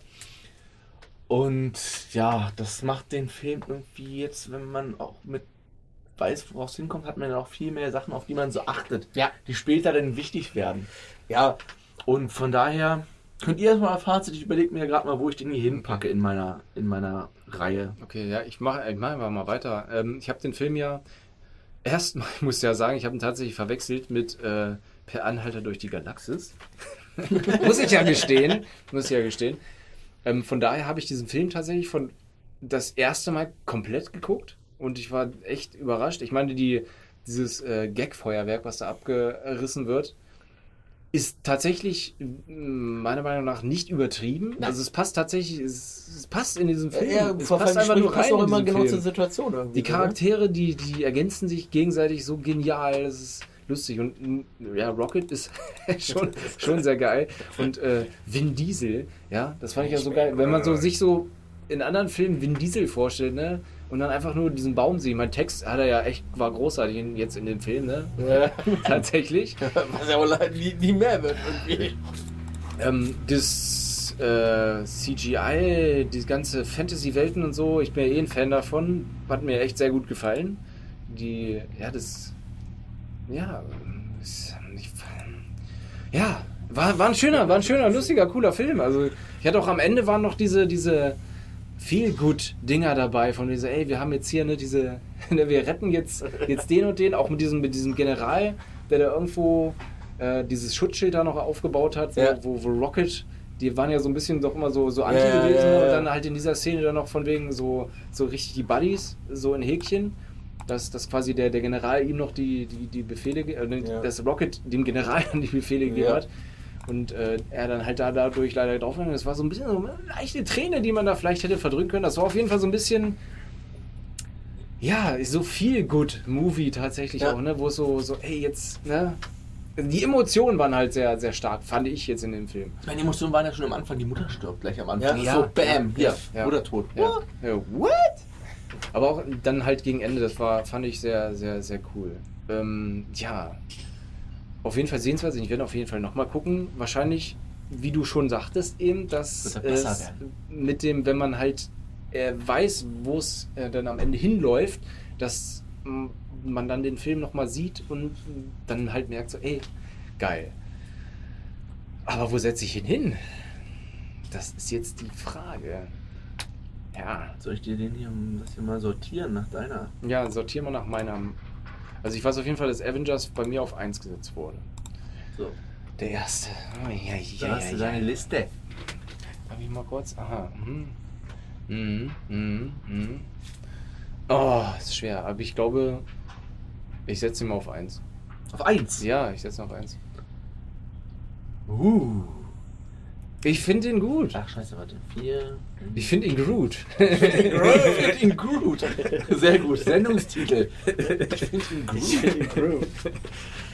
Speaker 1: Und ja, das macht den Film irgendwie jetzt, wenn man auch mit weiß, worauf es hinkommt, hat man ja auch viel mehr Sachen, auf die man so achtet,
Speaker 5: Ja.
Speaker 1: die später dann wichtig werden.
Speaker 3: Ja,
Speaker 1: Und von daher könnt ihr erstmal ein Fazit, ich überlege mir gerade mal, wo ich den hier hinpacke in meiner, in meiner Reihe.
Speaker 5: Okay, ja, ich mache ich mach einfach mal weiter. Ähm, ich habe den Film ja erstmal, ich muss ja sagen, ich habe ihn tatsächlich verwechselt mit äh, Per Anhalter durch die Galaxis. muss ich ja gestehen, muss ich ja gestehen. Ähm, von daher habe ich diesen Film tatsächlich von das erste Mal komplett geguckt und ich war echt überrascht. Ich meine, die, dieses äh, Gag-Feuerwerk, was da abgerissen wird, ist tatsächlich mm, meiner Meinung nach nicht übertrieben. Also es passt tatsächlich, es, es passt in diesem Film.
Speaker 3: ja
Speaker 5: es
Speaker 3: vor allem Gespräch passt auch
Speaker 5: in
Speaker 3: immer
Speaker 5: diesen
Speaker 3: genau
Speaker 5: Film.
Speaker 3: zur Situation irgendwie. ne?
Speaker 5: Die Charaktere, die, die ergänzen sich gegenseitig so genial. Das ist lustig. Und mm, ja, Rocket ist schon, schon sehr geil. Und äh, Vin Diesel, ja, das fand ich ja so geil. Wenn man so sich so in anderen Filmen Vin Diesel vorstellt, ne? Und dann einfach nur diesen Baum sieht. Mein Text hat er ja echt, war großartig in, jetzt in dem Film, ne?
Speaker 3: Ja.
Speaker 5: Tatsächlich.
Speaker 3: Was ja wohl leider nie, nie mehr wird irgendwie.
Speaker 5: Ähm, das äh, CGI, die ganze Fantasy-Welten und so, ich bin ja eh ein Fan davon, hat mir echt sehr gut gefallen. Die, ja, das, ja, ist, ich, ja, war, war ein schöner, war ein schöner, lustiger, cooler Film. Also, ich hatte auch am Ende waren noch diese, diese viel gut Dinger dabei von dieser, ey, wir haben jetzt hier, ne, diese, ne, wir retten jetzt, jetzt den und den, auch mit diesem, mit diesem General, der da irgendwo äh, dieses Schutzschild da noch aufgebaut hat, wo,
Speaker 3: Ja.
Speaker 5: wo, wo Rocket, die waren ja so ein bisschen doch immer so, so anti
Speaker 3: Ja,
Speaker 5: gewesen
Speaker 3: ja, ja.
Speaker 5: und dann halt in dieser Szene dann noch von wegen so, so richtig die Buddies, so in Häkchen. Dass, dass quasi der, der General ihm noch die, die, die Befehle, ge- äh,
Speaker 3: Ja.
Speaker 5: dass Rocket dem General dann die Befehle gegeben
Speaker 3: Ja.
Speaker 5: hat. Und äh, er dann halt da dadurch leider draufgegangen ist. Das war so ein bisschen so eine leichte Träne, die man da vielleicht hätte verdrücken können. Das war auf jeden Fall so ein bisschen. Ja, so viel good Movie tatsächlich
Speaker 3: Ja.
Speaker 5: auch, ne? Wo es so, so, ey, jetzt, ne? Die Emotionen waren halt sehr, sehr stark, fand ich jetzt in dem Film.
Speaker 1: Meine Emotionen waren ja schon am Anfang, die Mutter stirbt gleich am Anfang.
Speaker 3: Ja.
Speaker 1: so, bam, hier,
Speaker 5: Ja.
Speaker 1: Mutter tot.
Speaker 5: Ja. Ja, what? Aber auch dann halt gegen Ende, das war, fand ich sehr, sehr, sehr cool. Ähm, ja. Auf jeden Fall sehenswert. Ich werde auf jeden Fall nochmal gucken. Wahrscheinlich, wie du schon sagtest, eben, dass
Speaker 1: Wird er besser
Speaker 5: es mit dem, wenn man halt äh, weiß, wo es äh, dann am Ende hinläuft, dass m, man dann den Film nochmal sieht und m, dann halt merkt so, ey, geil. Aber wo setze ich ihn hin? Das ist jetzt die Frage. Ja.
Speaker 1: Soll ich dir den hier, um das hier mal sortieren nach deiner?
Speaker 5: Ja, sortieren wir nach meiner. Also ich weiß auf jeden Fall, dass Avengers bei mir auf 1 gesetzt wurde.
Speaker 1: So,
Speaker 5: Der erste. Oh, ja,
Speaker 1: da
Speaker 5: ja,
Speaker 1: hast du
Speaker 5: ja,
Speaker 1: deine
Speaker 5: ja.
Speaker 1: Liste.
Speaker 5: Darf ich mal kurz? Aha. Mhm. Mhm. Mhm. Mhm. Oh, ist schwer. Aber ich glaube, ich setze ihn mal auf 1.
Speaker 1: Auf eins.
Speaker 5: Ja, ich setze ihn auf 1.
Speaker 1: Uh.
Speaker 5: Ich finde ihn gut.
Speaker 1: Ach, scheiße, warte. Vier.
Speaker 5: Ich finde ihn gut.
Speaker 1: Groot in Groot. Sehr gut. Sendungstitel. Ich finde ihn Groot.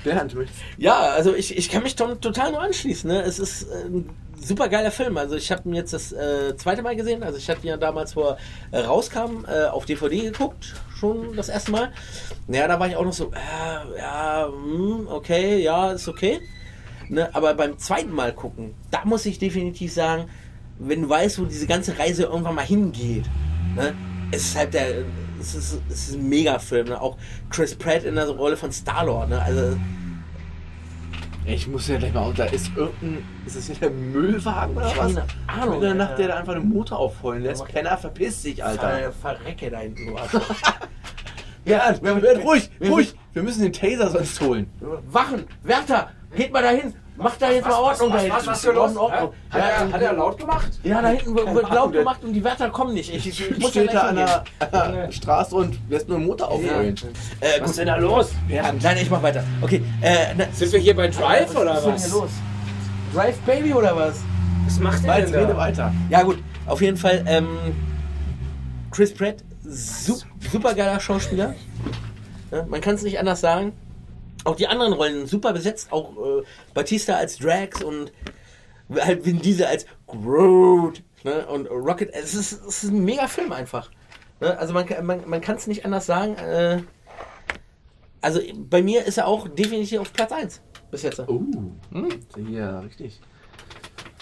Speaker 1: Bernd, möchtest
Speaker 3: Ja, also ich, ich kann mich Tom total nur anschließen. Ne? Es ist äh, ein super geiler Film. Also ich habe ihn jetzt das äh, zweite Mal gesehen. Also ich hatte ihn ja damals, wo er äh, rauskam, äh, auf DVD geguckt. Schon das erste Mal. Naja, da war ich auch noch so, äh, ja, hm, okay, ja, ist okay. Ne? Aber beim zweiten Mal gucken, da muss ich definitiv sagen, wenn du weißt, wo diese ganze Reise irgendwann mal hingeht, ne? es ist halt der. Es ist, es ist ein Mega-Film. Ne? Auch Chris Pratt in der Rolle von Star-Lord. Ne? Also,
Speaker 1: Ich muss ja gleich mal auf, da ist irgendein, ist das hier der Müllwagen oder was?
Speaker 3: Keine Ahnung,
Speaker 1: Oder nach
Speaker 3: Alter.
Speaker 1: der da einfach den Motor aufheulen lässt. Penner, verpiss dich, Alter.
Speaker 3: Ver, verrecke da hinten, du Arsch.
Speaker 1: Ja,
Speaker 3: wir-
Speaker 1: ruhig,
Speaker 3: wir-
Speaker 1: ruhig. Wir müssen den Taser sonst holen.
Speaker 3: Wachen! Wärter! Geht mal dahin! Macht da jetzt mal
Speaker 4: Was,
Speaker 3: Ordnung
Speaker 4: was,
Speaker 3: da hinten!
Speaker 4: was, was für los?
Speaker 3: Ordnung,
Speaker 4: Hä?
Speaker 3: Ordnung.
Speaker 4: Hat er, hat er laut gemacht?
Speaker 3: Ja, da hinten wird wird laut
Speaker 1: Ahnung,
Speaker 3: gemacht und die Wärter kommen nicht. Ich, ich muss
Speaker 1: Steht da
Speaker 3: ja
Speaker 1: an
Speaker 3: gleich
Speaker 1: der, an der Straße und lässt nur den Motor aufheulen.
Speaker 3: hingehen. äh, gut.
Speaker 4: denn da los?
Speaker 3: Ja, nein, ich mach weiter. Okay, äh, na,
Speaker 4: Sind wir hier bei Drive oder
Speaker 3: Was ist denn
Speaker 4: was?
Speaker 3: hier los? Drive Baby oder was?
Speaker 4: Was macht der
Speaker 1: Jetzt
Speaker 4: denn
Speaker 1: rede
Speaker 4: da?
Speaker 1: weiter.
Speaker 3: Ja, gut, auf jeden Fall, ähm, Chris Pratt, su super geiler Schauspieler. Ja, man kann es nicht anders sagen. Auch die anderen Rollen super besetzt, auch äh, Batista als Drax und halt Vin Diesel als Groot ne? und Rocket. Es ist, es ist ein mega Film einfach. Ne? Also man, kann- man, man kann es nicht anders sagen. Äh, also bei mir ist er auch definitiv auf Platz 1 bis jetzt.
Speaker 1: Oh,
Speaker 3: Hm?
Speaker 1: ja, richtig.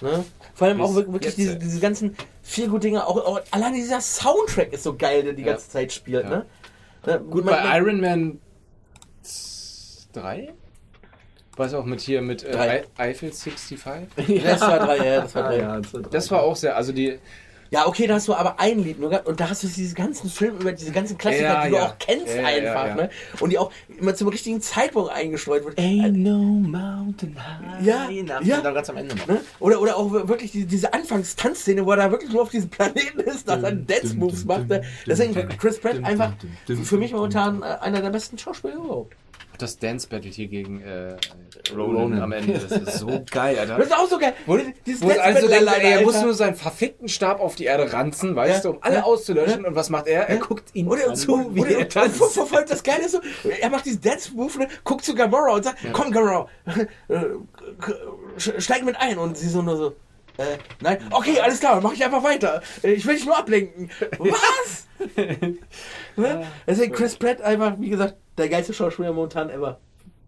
Speaker 3: Ne? Vor allem auch
Speaker 5: Bis
Speaker 3: wir- wirklich
Speaker 5: jetzt,
Speaker 3: diese,
Speaker 5: ey.
Speaker 3: diese ganzen viel gute Dinge. Auch, auch allein dieser Soundtrack ist so geil, der die ganze Zeit spielt. Ne? Ne?
Speaker 5: Gut,
Speaker 3: Man-
Speaker 5: bei Iron Man 3? Was auch mit hier, mit
Speaker 3: Drei.
Speaker 5: äh, Eiffel 65?
Speaker 3: Das war drei, ja, das
Speaker 5: Ah,
Speaker 3: war drei. Ja.
Speaker 5: Das war auch sehr, also die,
Speaker 3: okay, da hast du aber ein Lied nur gehabt und da hast du diese ganzen Filme über diese ganzen Klassiker,
Speaker 5: Ja,
Speaker 3: die du
Speaker 5: ja.
Speaker 3: auch kennst
Speaker 5: Ja, ja, ja,
Speaker 3: einfach,
Speaker 5: ja.
Speaker 3: ne? Und die auch immer zum richtigen Zeitpunkt eingestreut wird. Äh,
Speaker 1: Ain't no mountain high.
Speaker 3: Ja,
Speaker 1: enough.
Speaker 3: ja.
Speaker 1: Und dann ganz am Ende noch.
Speaker 3: Ne? Oder, oder auch wirklich die, diese Anfangstanzszene, wo er da wirklich nur auf diesem Planeten ist, dass er Dance Moves macht. Ne? Deswegen Chris Pratt einfach für mich momentan äh, einer der besten Schauspieler überhaupt.
Speaker 5: das Dance Battle hier gegen äh,
Speaker 1: Ronan.
Speaker 5: Ronan am Ende, das ist so geil,
Speaker 3: Das
Speaker 5: Alter.
Speaker 3: ist auch so geil.
Speaker 5: Wo,
Speaker 3: Dieses
Speaker 5: wo es also
Speaker 3: Netzbändler leider,
Speaker 5: denkt, ey, er muss
Speaker 3: Alter.
Speaker 5: nur seinen verfickten Stab auf die Erde ranzen, weißt
Speaker 3: Ja.
Speaker 5: du, um alle
Speaker 3: Ja.
Speaker 5: auszulöschen. Und was macht er? Er guckt ihn
Speaker 3: Oder
Speaker 5: an,
Speaker 3: zu,
Speaker 5: wie
Speaker 3: oder,
Speaker 5: er tanzt.
Speaker 3: Und ver- verfolgt das Geile ist so, er macht diesen Dance-Move, ne, guckt zu Gamora und sagt, komm Gamora, äh, sch- steig mit ein. Und sie so nur so, äh, nein, okay, alles klar, mach ich einfach weiter. Äh, Ich will dich nur ablenken. Was?
Speaker 5: Ah.
Speaker 3: ne? Deswegen Chris Pratt einfach, wie gesagt, der geilste Schauspieler momentan ever.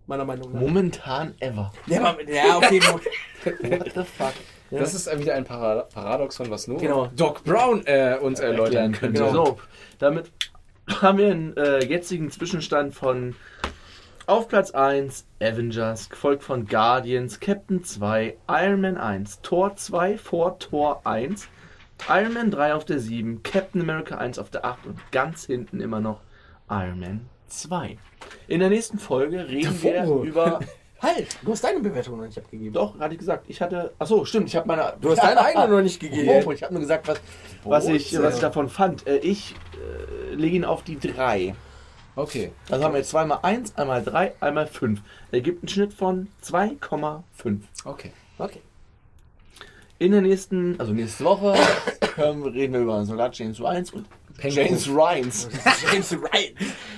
Speaker 3: Meiner Meinung nach.
Speaker 1: Momentan ever.
Speaker 3: Der war mit, ja, okay, Mo-
Speaker 1: What the fuck?
Speaker 5: Das ist wieder ein Para- Paradoxon, was nur
Speaker 3: Genau.
Speaker 5: Doc Brown äh, uns erläutern könnte.
Speaker 3: Genau.
Speaker 1: So, damit haben wir einen äh, jetzigen Zwischenstand von auf Platz 1 Avengers, gefolgt von Guardians, Captain 2, Iron Man 1, Tor 2 vor Tor 1, Iron Man 3 auf der 7, Captain America 1 auf der 8 und ganz hinten immer noch Iron Man 2. In der nächsten Folge reden wir
Speaker 5: Davor.
Speaker 1: über.
Speaker 3: halt, du hast deine Bewertung noch nicht abgegeben.
Speaker 1: Doch, hatte ich gesagt. Ich hatte. Achso, stimmt, ich habe meine.
Speaker 3: Du hast deine eigene noch nicht gegeben.
Speaker 1: Oh, ich habe nur gesagt, was, was, ich, was ich davon fand. Äh, Ich äh, lege ihn auf die 3.
Speaker 5: Okay.
Speaker 1: Also haben wir jetzt zweimal 1, einmal 3, einmal 5. Ergibt einen Schnitt von 2,5.
Speaker 5: Okay.
Speaker 3: Okay.
Speaker 1: In der nächsten, also nächste Woche, ähm, reden wir über Soldat James Rhines und James Rhines.
Speaker 3: James Ryan.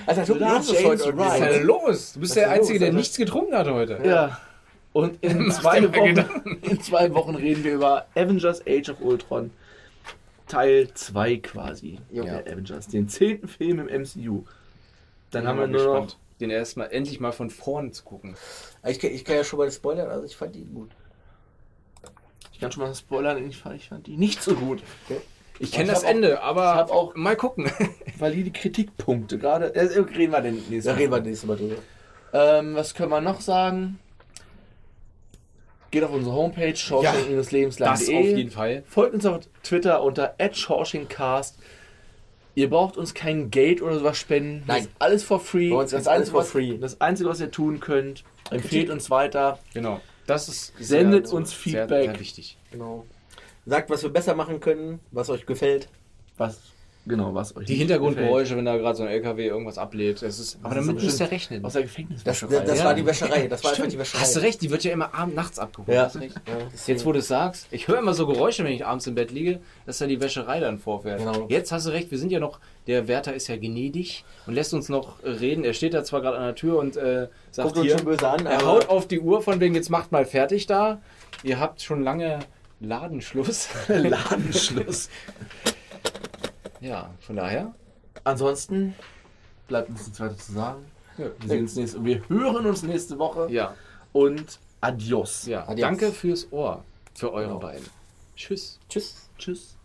Speaker 3: Also, du
Speaker 1: Soldat
Speaker 3: hast es
Speaker 1: James
Speaker 3: heute irgendwie.
Speaker 1: Ryan.
Speaker 5: Was ist denn los? Du bist der
Speaker 3: ist
Speaker 5: Einzige,
Speaker 3: los,
Speaker 5: der
Speaker 3: Alter?
Speaker 5: nichts getrunken hat heute.
Speaker 1: Ja. Und in zwei,
Speaker 5: dir mal
Speaker 1: Wochen,
Speaker 5: Gedanken.
Speaker 1: in zwei Wochen reden wir über Avengers Age of Ultron. Teil 2 quasi. Ja. Avengers. Den zehnten Film im MCU. Dann haben wir
Speaker 5: bin
Speaker 1: nur noch
Speaker 5: gespannt, den erstmal endlich mal von vorn zu gucken.
Speaker 3: Ich kann, ich kann ja schon mal spoilern, also ich fand ihn gut.
Speaker 1: Ich kann schon mal spoilern, ich fand, ich fand die nicht so gut.
Speaker 5: Ich kenne
Speaker 1: Ich
Speaker 5: das
Speaker 1: hab auch-
Speaker 5: Ende, aber
Speaker 1: ich hab auch-
Speaker 5: mal gucken.
Speaker 1: Valide Kritikpunkte. Gerade äh, reden wir denn nächstes
Speaker 3: Da reden wir nächstes Mal drüber.
Speaker 1: Ähm, was können wir noch sagen? Geht auf unsere Homepage, E.
Speaker 5: Das auf jeden
Speaker 1: schorsching-lebenslande.
Speaker 5: Fall.
Speaker 1: Folgt uns auf Twitter unter @schorschingcast. Ihr braucht uns kein Geld oder sowas spenden.
Speaker 3: Nein.
Speaker 1: Das ist alles for free.
Speaker 3: Bei uns
Speaker 1: das
Speaker 3: ist alles for
Speaker 1: was,
Speaker 3: free.
Speaker 1: Das Einzige, was ihr tun könnt, empfehlt uns weiter.
Speaker 5: Genau. Das ist
Speaker 1: Sendet uns
Speaker 5: sehr,
Speaker 1: Feedback.
Speaker 5: sehr wichtig.
Speaker 3: Genau. Sagt, was wir besser machen können, was euch gefällt.
Speaker 1: Was genau, was euch
Speaker 5: Die
Speaker 1: nicht
Speaker 5: Hintergrundgeräusche, wenn da gerade so ein LKW irgendwas ablädt, das ist. Aber damit müsst ihr rechnen.
Speaker 1: gefällt. aus der Gefängniswäsche.
Speaker 3: Das, das, das
Speaker 5: Ja.
Speaker 3: war die Wäscherei. Das war einfach die Wäscherei.
Speaker 5: Hast du recht, die wird ja immer abends nachts abgeholt.
Speaker 3: Ja.
Speaker 5: Hast du recht.
Speaker 3: Ja,
Speaker 5: Jetzt, wo du es sagst, ich höre immer so Geräusche, wenn ich abends im Bett liege, dass da die Wäscherei dann vorfährt.
Speaker 3: Genau.
Speaker 5: Jetzt hast du recht, wir sind ja noch, der Wärter ist ja gnädig und lässt uns noch äh, reden. Er steht da zwar gerade an der Tür und äh, sagt
Speaker 3: Guckt uns
Speaker 5: hier,
Speaker 3: schon böse an,
Speaker 5: er
Speaker 3: aber-
Speaker 5: haut auf die Uhr von wegen, jetzt macht mal fertig da. Ihr habt schon lange Ladenschluss.
Speaker 1: Ladenschluss.
Speaker 5: ja, von daher,
Speaker 1: Ansonsten bleibt uns nichts weiter zu sagen.
Speaker 5: Ja.
Speaker 1: Wir, sehen uns nächste, wir hören uns nächste Woche
Speaker 5: ja,
Speaker 1: und adios.
Speaker 5: ja.
Speaker 3: Adios.
Speaker 5: danke fürs Ohr, für eure beiden. Tschüss.
Speaker 3: Tschüss.
Speaker 1: Tschüss.